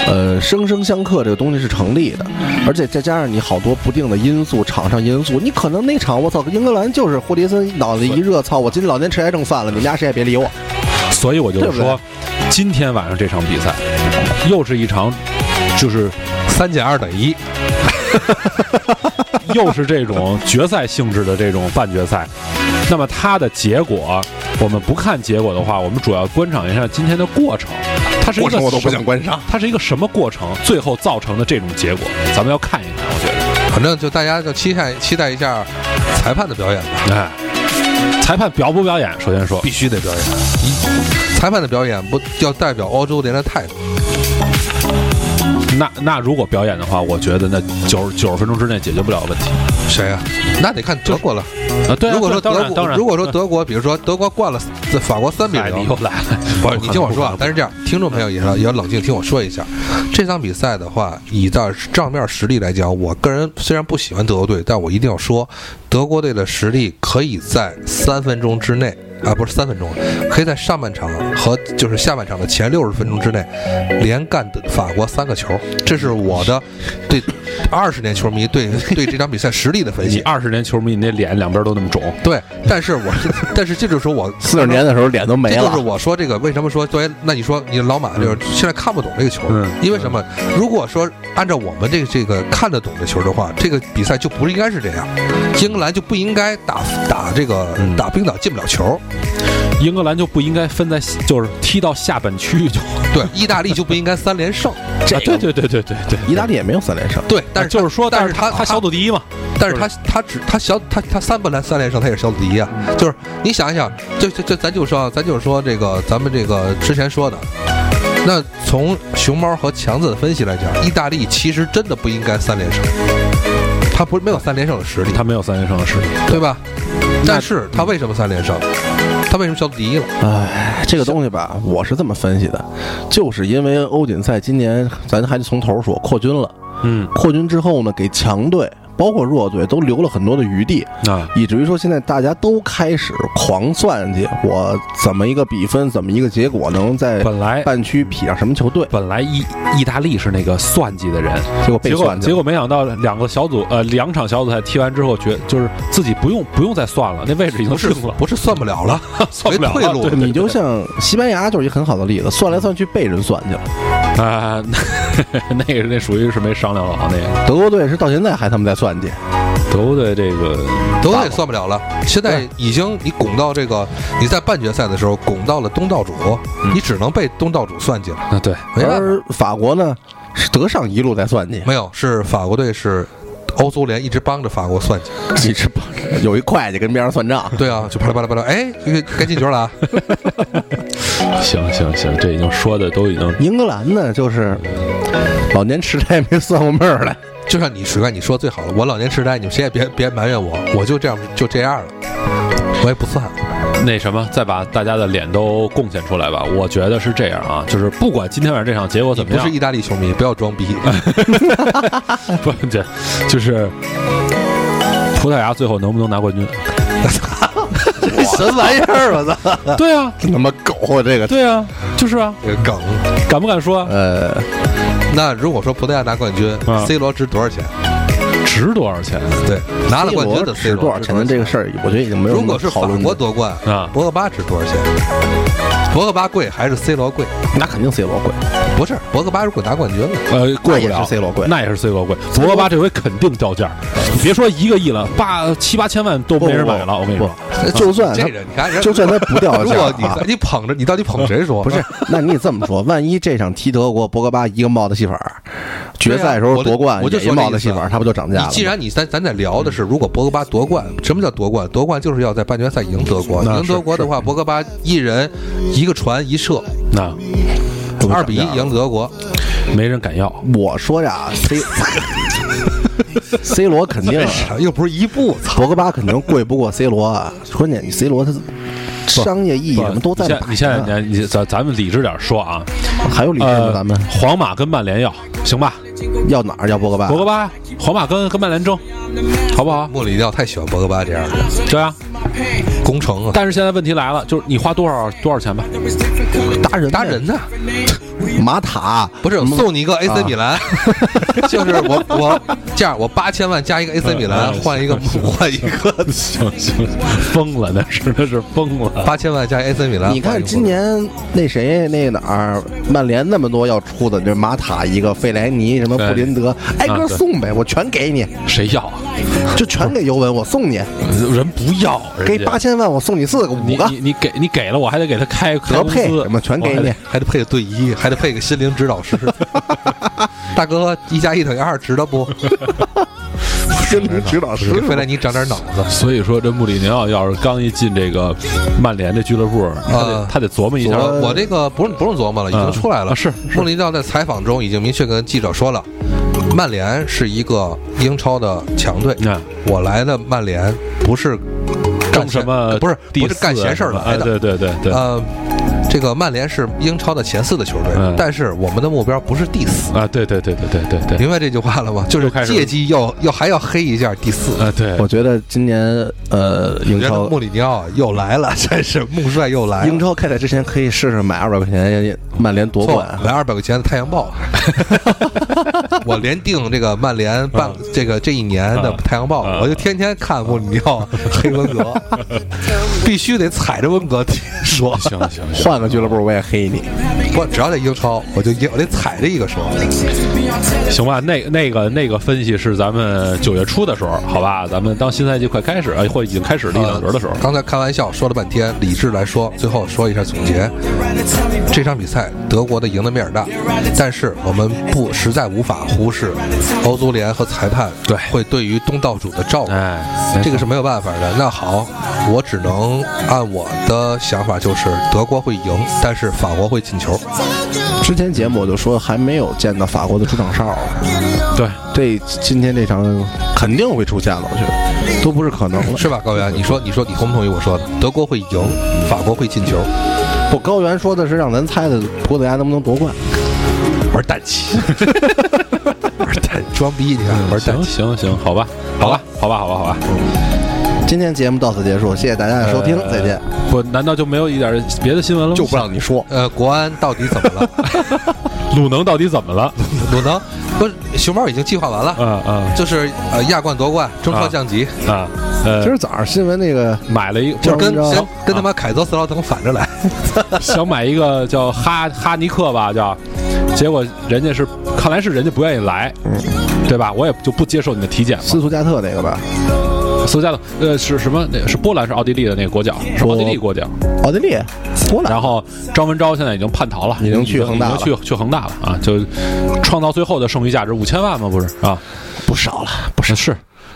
呃，生生相克这个东西是成立的，而且再加上你好多不定的因素，场上因素，你可能那场我操，英格兰就是霍迪森脑子一热，操，我今天老年痴呆症犯了，你们俩谁也别理我。
所以我就
对不对
说，今天晚上这场比赛又是一场，就是
三减二等于一。
又是这种决赛性质的这种半决赛。那么它的结果，我们不看结果的话，我们主要观赏一下今天的过程。它是一个
过程我都不
什
想观赏，
它是一个什么过程？最后造成的这种结果，咱们要看一看。我觉
反正就大家就期待期待一下裁判的表演吧，
得，哎，裁判表不表演？首先说
必，须得表演。嗯裁判的表演不要代表欧洲联的态度，
那那如果表演的话，我觉得那九十九十分钟之内解决不了问题
谁呀、那得看德国了。
啊。对啊，
如果说
当
德
然当
国，
然，
如果说德国，比如说德国灌了法国三比
哎，你
零
又，来了，
不是你听我说啊，但
是
是这样，听众朋友也要也要冷静听我说一下，这场比赛的话，以到账面实力来讲，我个人虽然不喜欢德国队，但我一定要说，德国队的实力可以在三分钟之内啊，不是三分钟，可以在上半场和就是下半场的前六十分钟之内连干的法国三个球，这是我的对二十年球迷对对这场比赛实力的分
你
<laughs> 析。
二十年球迷，你那脸两边都那么肿，
对，但是我但是这就是我
四十年的时候脸都没
这就是
了，
我说这个为什么说作为那你说你老马就是现在看不懂这个球，
嗯
因为什么？如果说按照我们这个这个看得懂的球的话，这个比赛就不应该是这样，英格兰就不应该打打这个
嗯
打冰岛进不了球，
英格兰就不应该分在就是踢到下半区就。
对，意大利就不应该三连胜，
啊，对对对对对对，
意大利也没有三连胜。
对，
但
但是
啊就是说，
但
但
是
他
他
小组第一嘛，
但是他他只他小他他三不来三连胜，他也是小组第一啊。就是你想一想，就就就咱就说啊咱就说这个咱们这个之前说的，那从熊猫和强子的分析来讲，意大利其实真的不应该三连胜，他不没有三连胜的实力，
他没有三连胜的实力。啊
对吧？但是他为什么三连胜？他为什么小组第一了？
唉，这个东西吧，我是这么分析的，就是因为欧锦赛今年咱还得从头说扩军了，
嗯
扩军之后呢，给强队包括弱队都留了很多的余地，
啊，
以至于说现在大家都开始狂算计，我怎么一个比分，怎么一个结果能在
本来
半区匹上什么球队，
本来意意大利是那个算计的人，
结果被
结果
算计
结
了。
果没想到两个小组呃两场小组赛踢完之后，觉就是自己不用不用再算了，那位置已经
不是
定了， <laughs>
不是算不了 <laughs> 了，
算不了
没退路
了。对
<laughs> 你就像西班牙就是一很好的例子，算来算去被人算计了。
啊，那 <laughs> 那个那属于是没商量好那个
德国队是到现在还他们在算计，
德国队这个
德国也算不了了。现在已经你拱到这个你在半决赛的时候拱到了东道主，你只能被东道主算计了，
啊对
没办法。
而法国呢是德尚一路在算计，
没有，是法国队是欧足联一直帮着法国算计。
一直帮着有一会计跟边上算账。
对啊，就巴拉巴拉巴拉，哎，这个该进球了啊！
行行行，这已经说的都已经
英格兰呢，就是老年痴呆没算过命儿来，
就像你水怪你说最好了，我老年痴呆，你们谁也别别埋怨我，我就这样就这样了，我也不算。
那什么，再把大家的脸都贡献出来吧。我觉得是这样啊，就是不管今天晚上这场结果
你
怎么
不
样
是，意大利球迷，不要装
<laughs>
逼。
不这就是葡萄牙最后能不能拿冠军？
<laughs> 什么玩意儿？我操！
对啊，
他妈狗啊这个。
对啊，就是啊，
这个梗。
敢不敢说？
呃，
那如果说葡萄牙拿冠军
啊
，C 罗值多少钱？
值值多少钱
对，拿了
C
冠军的
罗
C
值
罗
多少钱的这个事儿，我觉得已经没有
如
什么
果是
讨
法
论
国
的。
夺冠，
啊？
博格巴值多少钱？博格巴贵还是 C 罗贵？
那肯定 C 罗贵，
不是，博格巴如果拿冠军了，
呃，贵不
那也
了
是 C 罗贵
那也是 C 罗贵。博格巴这回肯定掉价，你别说一个亿了，八七八千万都没人买了。我跟你说，
不，就算
这
他
人你看人，
就算他不掉
如
价
果你
啊，
你捧着，你到底捧谁说？
不是，那你这么说，万一这场踢德国，博格巴一个帽子戏法儿，
对
决
啊
赛时候夺冠
我就
也一帽子戏
我就说这意
法
思
儿，他不就涨价
你
了吗？
既然你咱咱在聊的是，如果博格巴夺冠，什么叫夺冠？夺冠就是要在半决赛赢德国，
那
赢德
是
国的话，博格巴一人一个传一射，
那
二比一赢德国。
啊没人敢要。
我说呀，C <laughs> C 罗肯定啊
又不是一步，
博格巴肯定贵不过 C
<laughs>
罗啊，关键你 C 罗他商业意义什么都在
你现
摆
你现
呢
在你你咱咱们理智点说啊，
还有理智吗？
呃，
咱们
皇马跟曼联要行吧？
要哪儿要博格巴？
博格巴，皇马跟跟曼联争，好不好？
穆里尼奥太喜欢博格巴这样的
对啊。
工程啊，
但是现在问题来了，就是你花多少多少钱吧？ <laughs>
达人
达人呢？
马塔
不是
什么
送你一个 AC 米兰，就是我我这样，我八千万加一个 AC 米兰
嗯嗯
换一个换一个
行行，疯了，那是那是疯了。
八千万加 AC 米兰。
啊
你
换一
看
个
今年那谁那个哪儿，曼联那么多要出的，这马塔一个，费莱尼什么
对
布林德，挨
啊
个
对
送呗，我全给你，
谁要啊？
就全给尤文，我送你，
人不要，人
给
家
八千万，我送你四个
你
五个
你你给你给了，我还得给他开开
德
工
配
资
什么全给
我还
你
得，
还得配个队医，还得配个心灵
<laughs>
指导师。大哥，一加一等于二，值
<laughs>
得不？
<laughs> 心灵指导师
给费莱尼长点脑子。
所以说，这穆里尼奥要是刚一进这个曼联这俱乐部，他得、
啊
他得琢磨一下。
琢磨
我我这个不用不用琢磨了，已经出来了。
啊是
穆里尼奥在采访中已经明确跟记者说了，曼联是一个英超的强队。
啊
我来的曼联不是
争
干闲呃
什么
不是
第
不
四
是
啊
干闲事儿
什么
来
啊
的。
对对
哎
对对，
呃，这个曼联是英超的前四的球队
嗯，
但是我们的目标不是第四。
啊，对对对对对对对，
明白这句话了吗？就是
又开始
借机要要还要黑一下第四。
啊对
我，觉得今年呃，英
人家
超
穆里尼奥又来了， <laughs> 真是穆帅又来了。
英超开赛之前可以试试买二百块钱曼联夺
错
冠，啊
来二百块钱的《太阳
<laughs>
报》，我连订这个曼联半这个这一年的
嗯
《太阳报》
嗯
我就天天看穆里尼奥黑文革，必须得踩着文革说。
行行行，
换个俱乐部我也黑你。
我只要在英超，我就我得踩着一个说。
行吧，那那个那个分析是咱们九月初的时候，好吧，咱们当新赛季快开始，哎，或已经开始了一两轮的时候
呃，刚才开玩笑说了半天，理智来说，最后说一下总结。这场比赛德国的赢的面儿大，但是我们不实在无法忽视欧足联和裁判
对
会对于东道主的照顾。
哎，没
这个是没有办法的。那好，我只能按我的想法，就是德国会赢，但是法国会进球。
之前节目我就说还没有见到法国的出场哨，
对，
这今天这场肯定会出现了，我觉得都不是可能了。
是吧，高原？你说，你说，你同不同意我说的？德国会赢，法国会进球，
不，高原说的是让咱猜的葡萄牙能不能夺冠，
玩蛋气，玩蛋，装逼，你看，玩蛋
行
气。
行行，好吧，好吧，好吧，好吧，好吧，
今天节目到此结束，谢谢大家的收听，
呃
再见。。
不，难道就没有一点别的新闻了吗？
就不让你说，
呃，国安到底怎么 <laughs> 了？
鲁能到底怎么了？
鲁能不是熊猫已经计划完了，
嗯嗯
就是呃亚冠夺冠，中超降级，
啊，呃
今，儿早上新闻那个
买了一个
就跟
就是
跟跟他妈凯泽斯劳滕反着来。
啊想买一个叫哈哈尼克吧，叫，结果人家是看来是人家不愿意来，对吧？我也就不接受你的体检
斯
嘛。
图加特那个吧，
苏加的呃是什么？那是波兰是奥地利的那个国脚，是奥地利国脚。
奥地利、波兰
然后张文昭现在已经叛逃了，
已经去恒大了
已经去去恒大了啊！就创造最后的剩余价值五千万嘛，不是啊？
不少了，
不是是，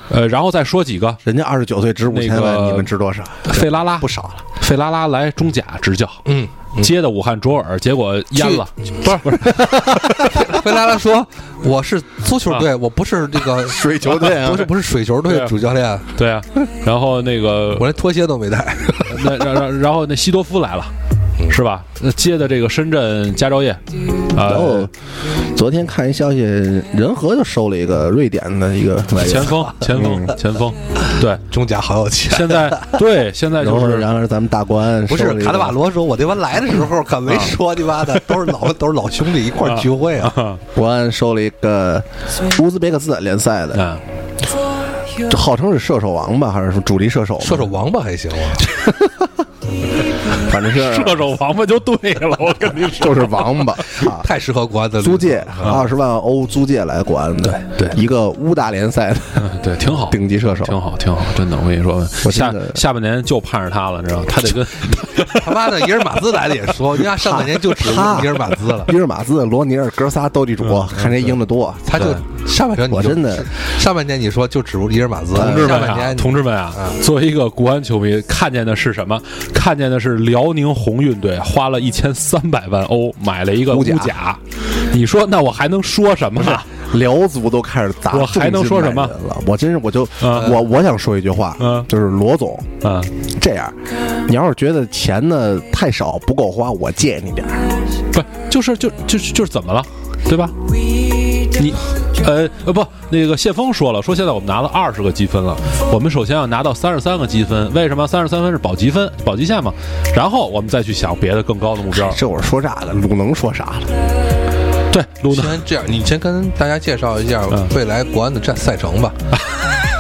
呃，然后再说几个
人家二十九岁值五千
那
万，
个
你们值多少？
费拉拉
不少了，
费拉拉来中甲执教，
嗯，
接的武汉卓尔，结果淹了，不是不是
<laughs> 回来了说我是足球队，我不是这个
<laughs> 水球队啊
不是不是水球队
对啊
主教练，
对啊，然后那个
我连拖鞋都没带。 <laughs>
那然然然后那西多夫来了，是吧？那接的这个深圳佳兆业，啊、
然后哦昨天看一消息，仁和就收了一个瑞典的一个外援
前锋前锋
嗯
前锋，对，
中甲好有钱。
现在对现在
然
就
后
是
然而咱们大官
不
收
是
了一个
卡德瓦罗说，我这边来的时候可没说你妈的，都是老都是老啊兄弟一块儿聚会啊。
国安收了一个乌兹别克斯坦联赛的
啊
嗯，
这号称是射手王吧，还是什么主力射手？
射手，王八还行 <laughs> 啊，
反正是
射手王八就对了，我跟你说，
<laughs> 就是王八。啊
太适合国安的
租借
啊
二十万欧租借来国安的，
对对
一个乌大联赛的
对，挺好，
顶级射手，
挺好，挺好，真的，我跟你说，
我
下
现在
下半年就盼着他了，你知道吗，他得跟
<laughs> 他妈的，伊尔马兹来了也说，人家上半年就只
他
伊尔马兹了，嗯
伊尔马兹、罗尼尔哥仨斗地主，看谁赢得多。
他就上半年你
我
就
真的
上半年你说就只如伊尔马兹，
同志
下
们
半
啊，
年
同志们啊，作为一个国安球迷，看见的是什么？看见的是辽宁宏运队花了一千三百万欧买了一个
乌
乌
甲
甲，你说那我还能说什么？
辽足都开始砸，
我还能说什么
了？我真是，我就
嗯
我我想说一句话
嗯，
就是罗总
嗯，
这样，你要是觉得钱呢太少不够花，我借你点儿。
不就是就就是就是怎么了，对吧？你呃呃不，那个谢峰说了，说现在我们拿了二十个积分了，我们首先要拿到三十三个积分，为什么？三十三分是保级分，保级线嘛，然后我们再去想别的更高的目标。
这我说啥了？鲁能说啥了？
对，鲁
<laughs>
能
先这样，你先跟大家介绍一下
啊嗯
未来国安的战赛
<laughs>
程吧。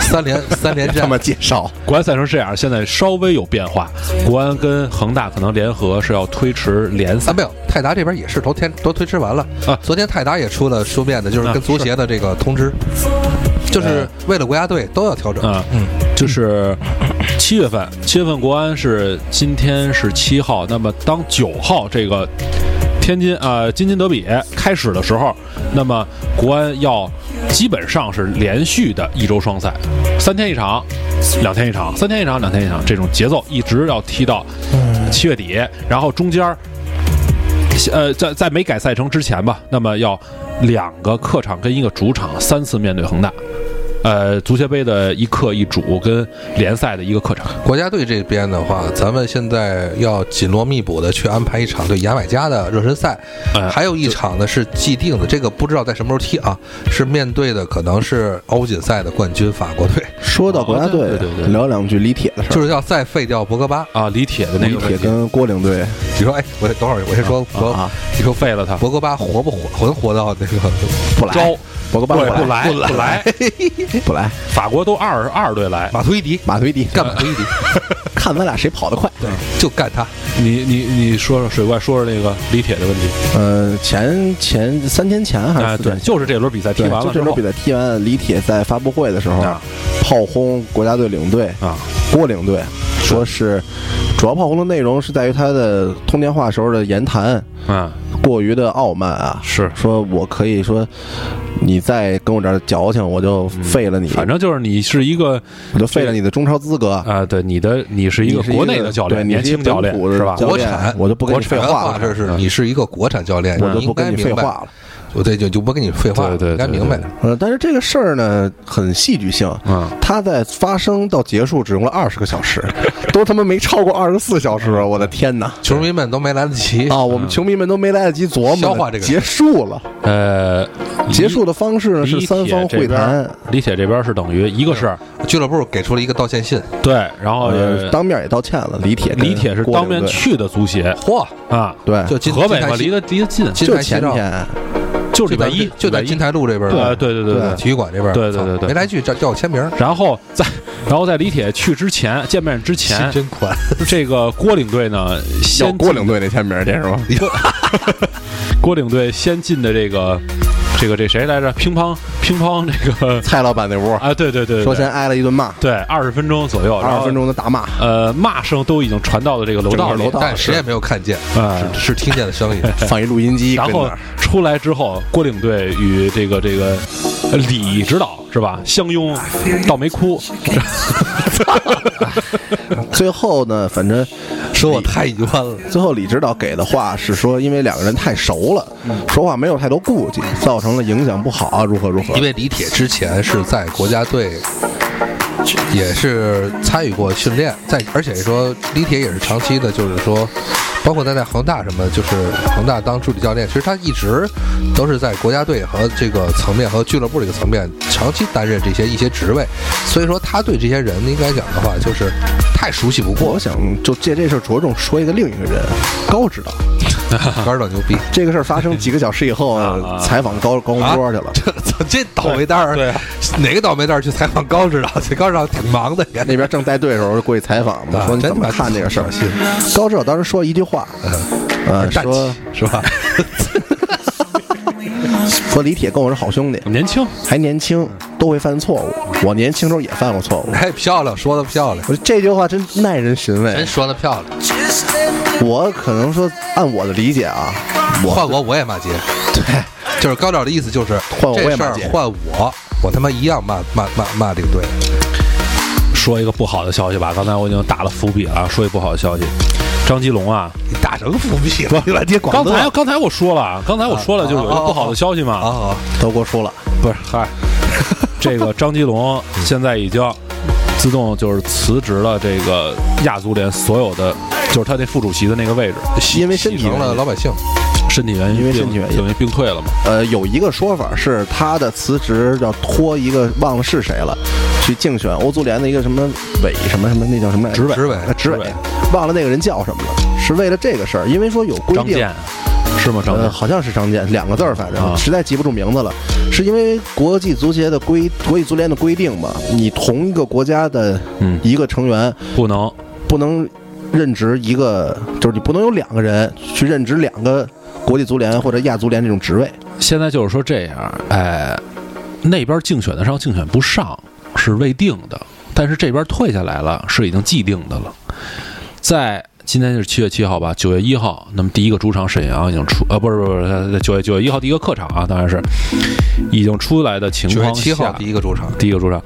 三连三连
他
战
妈，介绍，
国安赛程是这样，现在稍微有变化，国安跟恒大可能联合是要推迟联赛
啊，没有，泰达这边也是昨天都推迟完了
啊
昨天泰达也出了书面的，就是
啊
跟足协的这个通知，就是为了国家队都要调整。
啊，嗯，就是七月份，七月份国安是今天是七号，那么当九号这个天津啊、呃京津德比开始的时候，那么国安要基本上是连续的一周双赛，三天一场，两天一场，三天一场，两天一场，这种节奏一直要踢到七月底，然后中间儿呃，在在没改赛程之前吧，那么要两个客场跟一个主场三次面对恒大，呃，足协杯的一客一主跟联赛的一个客场，
国家队这边的话，咱们现在要紧锣密鼓的去安排一场对牙买加的热身赛，
哎
还有一场呢是既定的，这个不知道在什么时候踢啊，是面对的可能是欧锦赛的冠军法国队，
说到国家队，
对对对对
聊两句李铁的事儿。
就是要再废掉博格巴。
啊，李铁的那
李
个
铁
问题
跟郭领队
你说，哎，我等会儿我先说博、
啊
你说废了他，
博格巴活不活，魂活到那个
不来，
招
博格巴
对
不
不
来，
来不来，
不来，
法国都二二队来，
马图伊迪，
马推迪，
干马图伊迪，
<laughs> 看咱俩谁跑得快。
就干他。
你你你说说水怪，说说那个李铁的问题，
呃，前前三天前还
啊，
是四
对
天，前？
就是这轮比赛踢
对，
完
就
了
这
之
轮
后
比赛踢完，李铁在发布会的时候
啊
炮轰国家队领队
啊，
郭领队，说是主要炮轰的内容是在于他的通电话时候的言谈
嗯，
过于的傲慢啊，
是
说我可以说你再跟我这儿矫情，我就废了
嗯
你，
反正就是你是一个
我就废了你的中超资格。
啊、对你的你是一个
你是
国内的教
对
练，
你
年
是一
轻
个
教练
本土的
是吧？
教
国
练
产
我就不跟你废
原
话了，
这是你是一个国产教练，
我就
你
不
应该
跟你
嗯
废
明白
话了。
我对，就就不跟你废话了，
对对
应该
对
明白
对。
呃，但是这个事儿呢，很戏剧性。
嗯，
它在发生到结束只用了二十个小时， <laughs> 都他妈没超过二十四小时，啊我的天哪！
球迷们都没来得及
啊，
嗯
我们球迷们都没来得及琢磨呢，
消化这个
结束了。
呃，
结束的方式呢
李
是
铁
三方会谈
这，边李铁这边是等于一个是
俱乐部给出了一个道歉信，
对，然后
呃，
哦也
当面也道歉了。李铁跟
李铁是
郭
当
领队
面去的足协
嚯，
啊，
对，
就金
河北嘛，
金
离
台
得离得近，
金
就
台
是前
西照
天，
就礼
就
拜
在
一，
就在
礼拜一
金台路这边
啊，
的
对对对
对
体育馆这边，
对对对对对
没来去叫叫我签名， <laughs>
然后在，然后在李铁去之前，见面之前，
真宽，
这个郭领队呢，
要
先嗯
郭领队那签名，这是吧？
郭领队先进的这个，这个这谁来着？乒乓乒乓这个
蔡老板那屋
啊，对对对对，
说先挨了一顿骂，
对二十分钟左右，
二十分，钟的大骂，
呃，骂声都已经传到了这个楼
整
道
个
里
楼道
<laughs> 但谁也没有看见，
啊。
只是听见了 <laughs> 声音。
放一录音机
然
跟那
后
儿，
出来之后，郭领队与这个这个呃李指导是吧相拥，倒没哭，
最后呢，反正
说我太冤 <laughs> 了，
最后李指导给的话是说，因为两个人太熟了，
嗯
说话没有太多顾忌，造成了影响不好啊，如何如何
因。为李铁之前是在国家队，也是参与过训练，在而且说李铁也是长期的，就是说，包括他在恒大什么，就是恒大当助理教练，其实他一直都是在国家队和这个层面和俱乐部这个层面长期担任这些一些职位，所以说他对这些人应该讲的话，就是太熟悉不
我
过，
想就借这事儿着重说一个另一个人，高指导。
杆儿老牛逼。啊
啊这个事儿发生几个小时以后，采访高高洪波去了。
操，这 <laughs> 倒霉蛋儿，
对啊
哪个倒霉蛋儿去采访高指导去？高指导挺忙的也。
那边正带队的时候，就过去采访嘛，
啊
说你
真
怎么
的嗯
看这个事儿
小心？
高指导当时说了一句话，呃，
站
说
起是吧？
说李铁跟我是好兄弟，
嗯
年轻，
还年轻，都会犯错误。我年轻时候也犯过错误。 <laughs>
哎，漂亮，说的漂亮，
我说这句话真耐人寻味
真。说的漂亮。
我可能说，按我的理解啊，
换我我也骂街，
对，
<laughs> 就是高指导的意思就是
换我我
这
也
事
骂
儿
街
换我，我他妈一样骂骂骂骂领队。
说一个不好的消息吧，刚才我已经打了伏笔了啊，说一不好的消息，张吉龙啊，
你打成伏笔了，你把接广
刚
东
才刚才我说了啊，刚才我说了，就是有一个不好的消息嘛，
啊啊！
德国输了，
不是，
<laughs>
嗨，这个张吉龙现在已经自动就是辞职了，这个亚足联所有的就是他那副主席的那个位置，
因为身体
成了老百姓，
身体原因，
因为身体原因
等于病退了嘛。
呃，有一个说法是他的辞职要托一个忘了是谁了，去竞选欧足联的一个什么委什么什么，那叫什么来着
执委执委
呃执
执委
委，忘了那个人叫什么了，是为了这个事儿，因为说有规
张
定。
健是吗？张
呃，
健，
好像是张健两个字儿，反
啊
正实在记不住名字了。是因为国际足协的规，国际足联的规定嘛，你同一个国家的
嗯
一个成员
不能
不能任职一个，就是你不能有两个人去任职两个国际足联或者亚足联这种职位。
现在就是说这样，哎，那边竞选得上，竞选不上是未定的，但是这边退下来了，是已经既定的了。在今天是七月七号吧，九月一号，那么第一个主场沈阳已经出，呃，不是不是不是，九月九月一号第一个客场啊，当然是已经出来的情
九月
况下，
七号第一个主场，
第一个主场。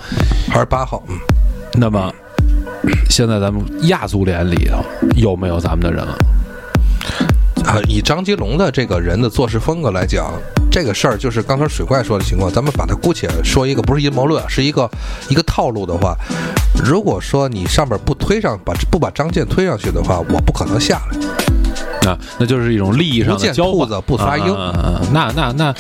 还是八号？嗯
那么现在咱们亚足联里头有没有咱们的人了？
啊，以张吉龙的这个人的做事风格来讲，这个事儿就是刚才水怪说的情况，咱们把它姑且说一个不是阴谋论，啊是一个一个套路的话，如果说你上面不推上，把不把张健推上去的话，我不可能下来。
啊，那就是一种利益上的交
不见兔
换
子，不撒鹰
啊啊啊啊那那那，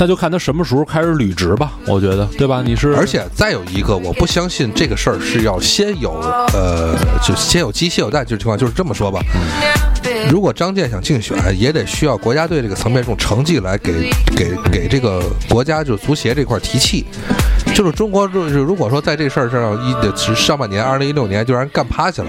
那就看他什么时候开始履职吧，我觉得，对吧？你是，
而且再有一个，我不相信这个事儿是要先有呃，就先有鸡先有蛋，就是情况就是这么说吧。如果张健想竞选，哎也得需要国家队这个层面这种成绩来给给给这个国家就是足协这块提气。就是中国，就是如果说在这事儿上一得是上半年，二零一六年就让人干趴下了，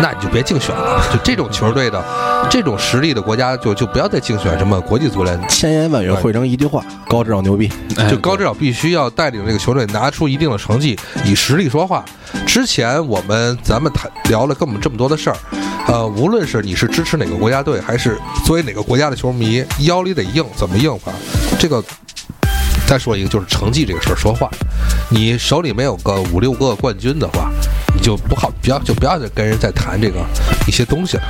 那你就别竞选了。就这种球队的这种实力的国家，就就不要再竞选什么国际足联
千言万语汇成一句话：
嗯
高指导牛逼。
哎
就高指导必须要带领这个球队拿出一定的成绩，以实力说话。之前我们咱们谈聊了跟我们这么多的事儿，呃，无论是你是支持哪个国家队，还是作为哪个国家的球迷，腰里得硬，怎么硬法？这个再说一个，就是成绩这个事儿说话，你手里没有个五六个冠军的话，你就不好，不要就不要再跟人再谈这个一些东西了。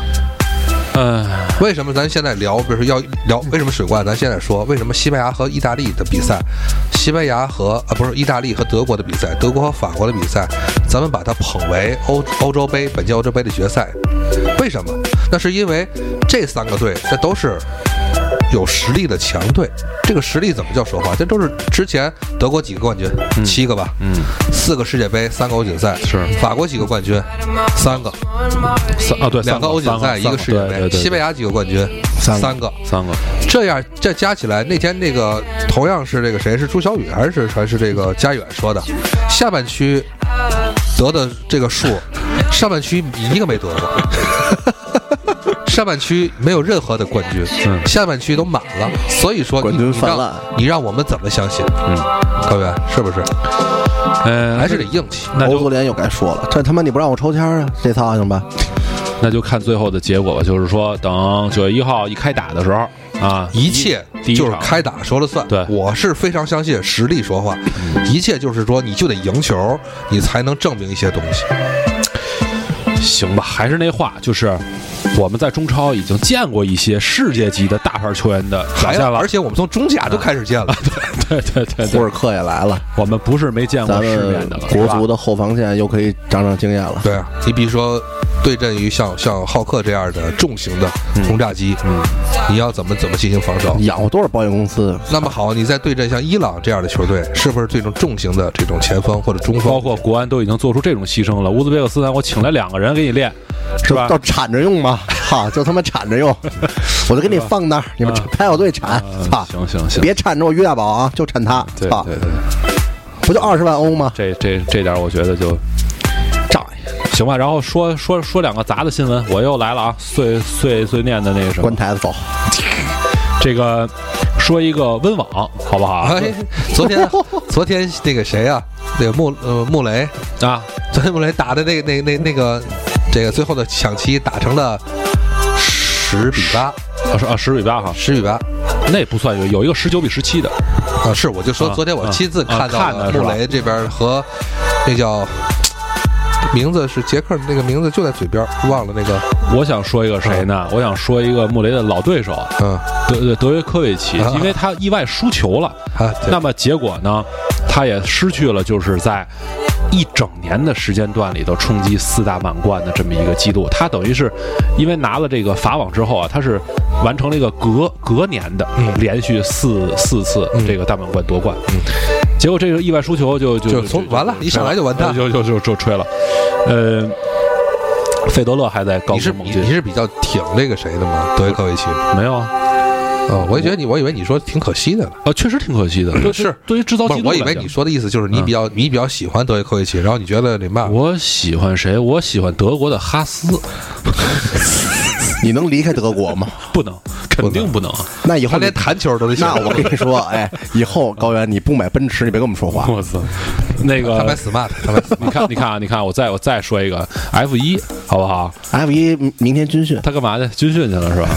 嗯、
<laughs> 为什么咱现在聊，比如说要聊为什么水怪？咱现在说为什么西班牙和意大利的比赛，西班牙和啊不是意大利和德国的比赛，德国和法国的比赛，咱们把它捧为欧欧洲杯本届欧洲杯的决赛，为什么？那是因为这三个队，这都是有实力的强队。这个实力怎么叫说话？这都是之前德国几个冠军，七个吧，嗯，四个世界杯，三个欧锦赛，
是
法国几个冠军，三个，
三啊对，
两
三
个
个
欧锦赛，一
三
个世界
对对
杯，
对
西班牙几个冠军，
三个
三个。
三个，
这样这加起来，那天那个同样是这个谁是朱小雨还是还是这个佳远说的，下半区得的这个数，上半区一个没得过。 <laughs> 上半区没有任何的冠军，
嗯
下半区都满了，所以说
冠
你
军
你
泛滥
让你让我们怎么相信？嗯，高原是不是？
嗯、
还是得硬气。
那
欧足
就
联又该说了，这他妈你不让我抽签儿啊，这操行吧？
那就看最后的结果吧，就是说等九月一号一开打的时候啊，
一切
第一
就是
场
开打说了算。
对嗯
我是非常相信实力说话，一切就是说你就得赢球，你才能证明一些东西。
行吧，还是那话，就是我们在中超已经见过一些世界级的大牌球员的表
还
现
有，
了嗯啊
而，且我们从中甲都开始见了，
对对对
库
对，
尔克也来了，
我们不是没见过
咱
世面
们
的了，
国
是吧
足的后防线又可以长长经验了。
对啊，你比如说对阵于像像浩克这样的重型的
嗯
轰炸机，你要怎么怎么进行防守？
养活多少保险公司？
那么好，你再对阵像伊朗这样的球队，是不是这种重型的这种前锋或者中锋？
包括国安都已经做出这种牺牲了。乌兹别克斯坦，我请来两个人给你练，是吧
就？到铲着用吗？操，就他妈铲
<laughs>
着用，我就给你放那儿，你们
啊
排好队铲，操，
行行行，
别铲着我于大宝啊，就铲他，
对
操，
对对，
不就二十万欧吗？
这这这点儿我觉得就
仗义，
行吧。然后说说说两个杂的新闻，我又来了啊，碎碎碎念的那个什么
关，台子走，
这个说一个温网好不好啊？
哎，
<laughs>
昨天昨天那个谁啊，那个穆呃穆雷，
啊，
昨天穆雷打的那个那那那个这个最后的抢七打成了十比八，
啊是啊十比八哈，
十比八
那也不算有有一个十九比十七的，
啊！是，我就说
啊
昨天我
啊
亲自看
啊
到
看的
了
是吧
穆雷这边和那叫名字是杰克，那个名字就在嘴边，忘了那个
我想说一个谁
啊
呢？我想说一个穆雷的老对手
嗯
德德德约科维奇
啊，
因为他意外输球了。
啊，对
那么结果呢，他也失去了就是在一整年的时间段里头冲击四大满贯的这么一个记录。他等于是因为拿了这个法网之后啊，他是完成了一个隔隔年的连续四四次这个大满贯夺冠。结果这个意外输球就就
就从完了一上来就完蛋
就就就就吹了。呃，费德勒还在高
你是
歌猛
你
进
你，是比较挺这个谁的吗？德约科维奇
没有啊？
啊，我也觉得你，我以为你说挺可惜的呢。
啊，确实挺可惜的。对
是
对于制造
不
记，录
我
来
以
讲，嗯
为你说的意思就是你比较你比较喜欢德约科维奇，然后你觉得林曼
我喜欢谁？我喜欢德国的哈斯。
你能离开德国吗？
不能，肯定不能。
那以后
他
你
连弹球都得想
那，我跟你说，哎，以后高原你不买奔驰，你别跟我们说话。
我操，那
他买
个，
smart，他买 smart
你看，你看啊，你看啊，我再我再说一个 F 一，好不好？
F 一明天军训，
他干嘛去？军训去了是吧？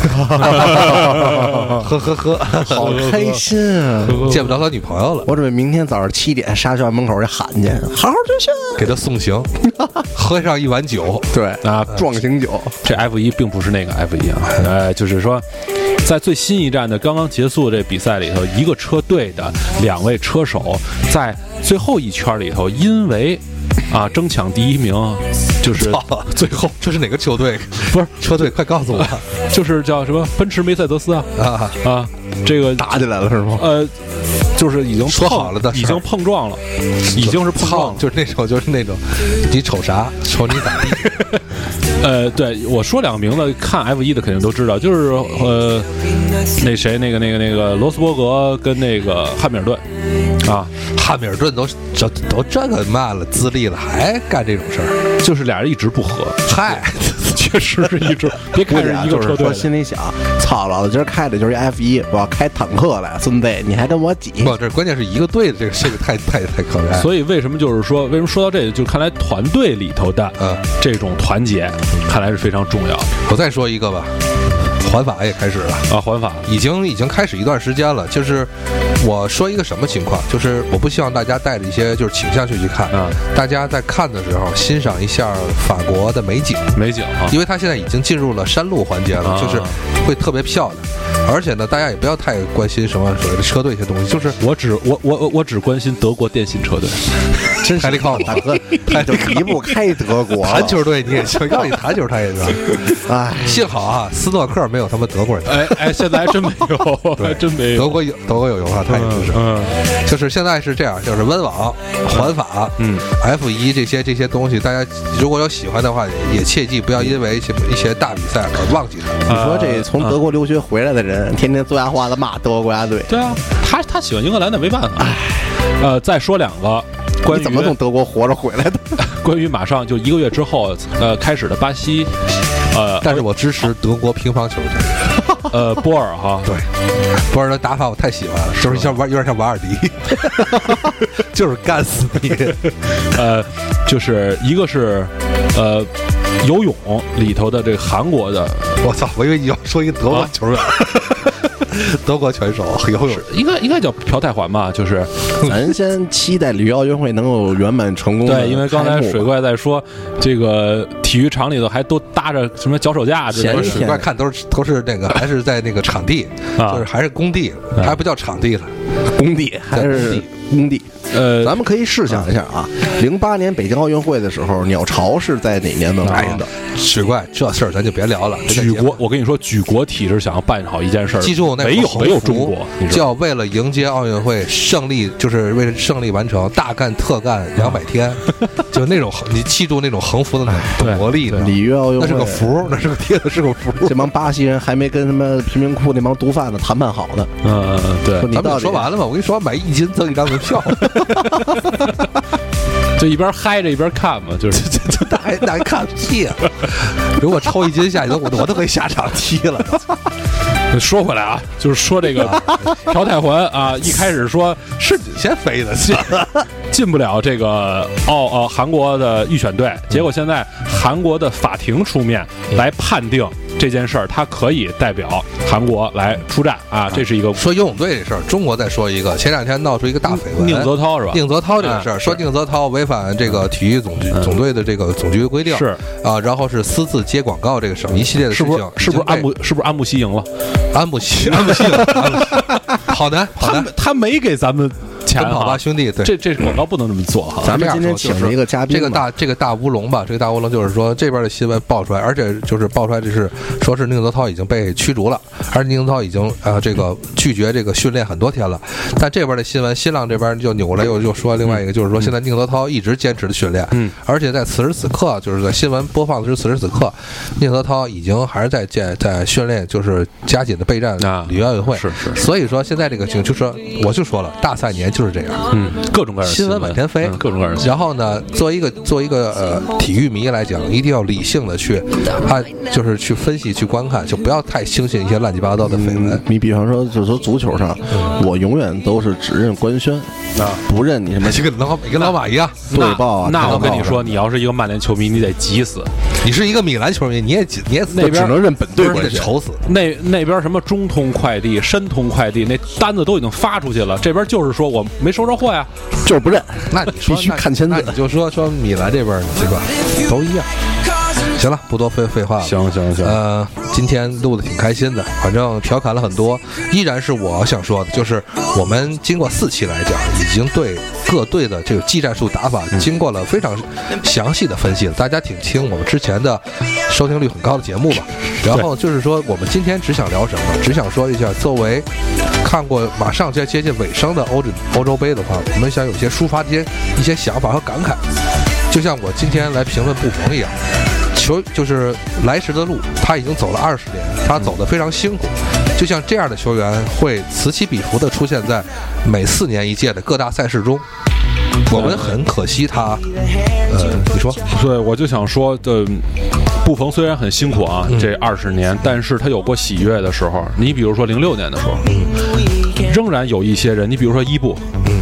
呵呵呵，好开心啊！
<laughs> 见不着他女朋友了，
我准备明天早上七点杀学校门口去喊去，好好军训。
给他送行，喝上一碗酒，
<laughs> 对
啊
壮行酒，
这 F 一并不是那个 F 一啊，呃，就是说，在最新一站的刚刚结束这比赛里头，一个车队的两位车手在最后一圈里头，因为啊争抢第一名，就是
操最后这是哪个球队？
不是
车队，快告
<laughs>
诉我
就是叫什么奔驰梅赛德斯啊
啊！
啊，这个
打起来了是吗？
呃，就是已经
说
碰
好了的事儿
已经碰撞了，已经是碰撞
操，
了。
就是那种，就是那种，你瞅啥？瞅你咋地？
呃，对我说两个名字，看 F 一的肯定都知道，就是呃，那谁，那个那个那个罗斯伯格跟那个汉密尔顿啊，
汉密尔顿都这都这个嘛了资历了，还干这种事儿？
就是俩人一直不和， <laughs>
嗨，
确实是一直。别
我 <laughs>
看是一个
啊就
车
是
队
说
的，
心里想，操，老子今儿开的就是一 F 一，我要开坦克来，孙子，你还跟我挤？
不，这关键是一个队的，这个这个太太太可爱。
所以为什么就是说，为什么说到这里，就看来团队里头的
嗯
这种团结，看来是非常重要
我再说一个吧，环法也开始了。
啊。环法
已经已经开始一段时间了。就是我说一个什么情况，就是我不希望大家带着一些就是倾向去去看，
啊
嗯
大家在看的时候欣赏一下法国的美景，
美景啊，
因为它现在已经进入了山路环节了，
啊
就是会特别漂亮。而且呢，大家也不要太关心什么所谓的车队一些东西，就是
我只我我我我只关心德国电信车队。
真
还得
是 <laughs>
靠谱
大哥，你就离不开德国了
<laughs>
<laughs> 弹球队
<laughs>
你也行，让你弹球他也行。
哎，
幸好啊，斯诺克没有他们德国人，
哎哎，现在还真没
<laughs>
有，还真没
德
有。
国有德国有油啊，他也不是。
嗯，
就是现在是这样，就是温网、环法、
嗯
，F 一这些这些东西，大家如果有喜欢的话，也也切记不要因为一些一些大比赛而忘记它。
你说
啊
这从德国留学回来的人，天天做牙花子骂德国国家队，
对啊，他他喜欢英格兰，那没办法。呃，再说两个关
你
于
怎么从德国活着回来
<laughs>
的？
关于马上就一个月之后呃开始的巴西，呃
但是我支持德国乒乓球队，
呃波尔哈，
<laughs> 对，波尔的打法我太喜欢了，就是像玩有点像瓦
<laughs>
尔迪，就是干死你。
呃就是一个是呃游泳里头的这个韩国的，
我操，我以为你要说一德国球
<laughs>
员，德国拳手游泳。
应该应该叫朴泰桓吧，就是
咱先期待里约奥运会能有圆满成
嗯
功的开幕吧。
对，因为刚才水怪在说这个体育场里头还都搭着什么脚手架之类
前
的
一
水
天
怪看都是都是那个还是在那个场地，
啊
就是还是工地，还不叫场地了。
工地还是工地，
呃
咱们可以试想一下啊，零八年北京奥运会的时候，鸟巢是在哪年能办
啊
的？
奇怪，这事儿咱就别聊了。
举国，我跟你说，举国体制想要办好一件事儿，
记住那
没有
口
没有
红
中
服
国，你知道吗
叫为了迎接奥运会胜利，就是为了胜利完成大干特干两
<laughs>
百天，就那种你记住那种横幅的那
对
种魔力，你知道吗
里约奥运
那
会
是个符，那是个贴的是个符。
这帮巴西人还没跟什么贫民窟那帮毒贩子谈判好呢。
嗯嗯嗯，对
说，你
咱们
到
就
底
说完了吧？我跟你说，买一斤赠一张
<laughs>
门票，
就一边嗨着一边看嘛，就是 <laughs>
那还那还看屁啊！如果抽一斤下去，我都我都可以下场踢了。
说回来啊，就是说这个 <laughs> 朴泰桓啊，一开始说
是你先
<laughs>
飞的，是
进不了这个奥呃韩国的预选队，结果现在韩国的法庭出面来判定这件事儿，他可以代表韩国来出战啊，这是一个
说游泳队这事儿，中国再说一个，前两天闹出一个大绯闻，
宁泽涛是吧？
宁泽涛这个事儿，
啊
说宁泽涛违反这个体育总局
嗯
总队的这个总局规定，
是
啊，然后是私自接广告这个事儿，一系列的
是
事
不
情
是是不是安
安
慕是不是安慕希赢了？
安不西安不西安不西，
<laughs>
好难好
他
难
们，他没给咱们钱
奔跑
哈
吧，兄弟，对。
这这广告不能这么做哈。
咱们今天
这样
请
说就
了
是
一个嘉宾嘛，
这个大这个大乌龙吧，这个大乌龙就是说这边的新闻爆出来，而且就是爆出来，就是说是宁泽涛已经被驱逐了，而宁泽涛已经呃这个拒绝这个训练很多天了。但这边的新闻，新浪这边就扭过来又又说另
嗯
外一个，就是说现在宁泽涛一直坚持的训练，
嗯，
而且在此时此刻，就是在新闻播放的是此时此刻，宁泽涛已经还是在在在训练，就是加紧的备战
啊
里约奥运会。
是是
所以说现在这个情就说我就说了，大赛年就是这样。
嗯，各种各样的
新闻满天飞
嗯，各种各样的新闻。
然后呢，作为一个作为一个呃体育迷来讲，一定要理性的去按，就是去分析去观看，就不要太轻信一些乱七八糟的绯闻。
嗯你比方说，就是说足球上，
嗯
我永远都是只认官宣，啊，不认你什么
你跟老你跟老马一样，
对报啊。
那我
淘宝
跟
啊
你，说，你要是一个曼联球迷，你得急死。
你是一个米兰球迷，你也你也
那
就只
边
能认本
不
队
是你
官
得
宣。
愁死。
那那边什么中通快递、申通快递，那单子都已经发出去了，这边就是说我没收着货呀。
就是不认。
那你说
必须
那
看签字
那你就说说米兰这边儿对吧？都一样。行了，不多废废话了。
行行行
呃，今天录的挺开心的，反正调侃了很多，依然是我想说的，就是我们经过四期来讲，已经对各队的这个技战术打法经过了非常详细的分析了，大家挺听我们之前的收听率很高的节目吧。然后就是说，我们今天只想聊什么？只想说一下，作为看过马上就要接近尾声的欧洲欧洲杯的话，我们想有些抒发一些一些想法和感慨。就像我今天来评论布冯一样，球就是来时的路，他已经走了二十年，他走得非常辛苦。就像这样的球员会此起彼伏地出现在每四年一届的各大赛事中，我们很可惜他。呃，你说
对，我就想说，呃，布冯虽然很辛苦啊，这二十年，但是他有过喜悦的时候。你比如说零六年的时候，仍然有一些人，你比如说伊布，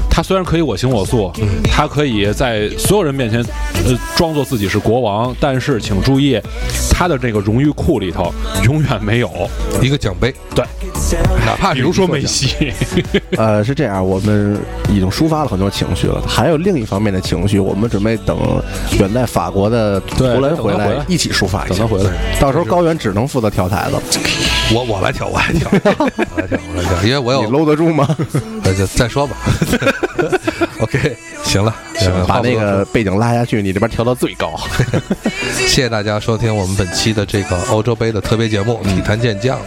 他虽然可以我行我素，他可以在所有人面前，呃，装作自己是国王，但是请注意，他的这个荣誉库里头永远没有，
一个奖杯，
对，
哪怕
比
是
如说
一个
梅
奖
西，
呃，是这样，我们已经抒发了很多情绪了，还有另一方面的情绪，我们准备等远在法国的图
对
伦
等他
回
回
来
来
一起抒发一
等
下
他。回来。
到时候高原只能负责调台子，
我我来挑，我来挑，我来挑，我来挑，因为
哦
我
<laughs> 你
有，
搂得
<laughs>
住吗？
那就再说吧。OK，行了，呃行
嗯
了，
把
话不
那
多
个背景拉下去，你这边调到最高。
谢谢大家收听我们本期的这个欧洲杯的特别节目《体坛健将》，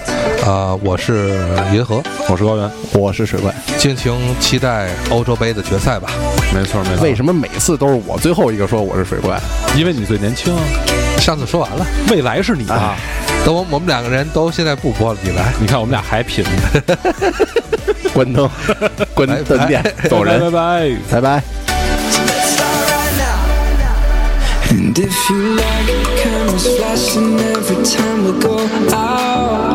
啊、我是银河，
我 <laughs> 是高原，
我是水怪，
敬请期待欧洲杯的决赛吧。
没错没错。
为什么每次都是我最后一个说我是水怪？
因为你最年轻啊，
上次说完了，
未来是你的。
哎
等我我们两个人都现在不播了，你来，
你看我们俩还拼，
关
<laughs>
灯，关灯店，走人，
拜拜。
拜拜。
And if you like, cameras flashing every time we go out.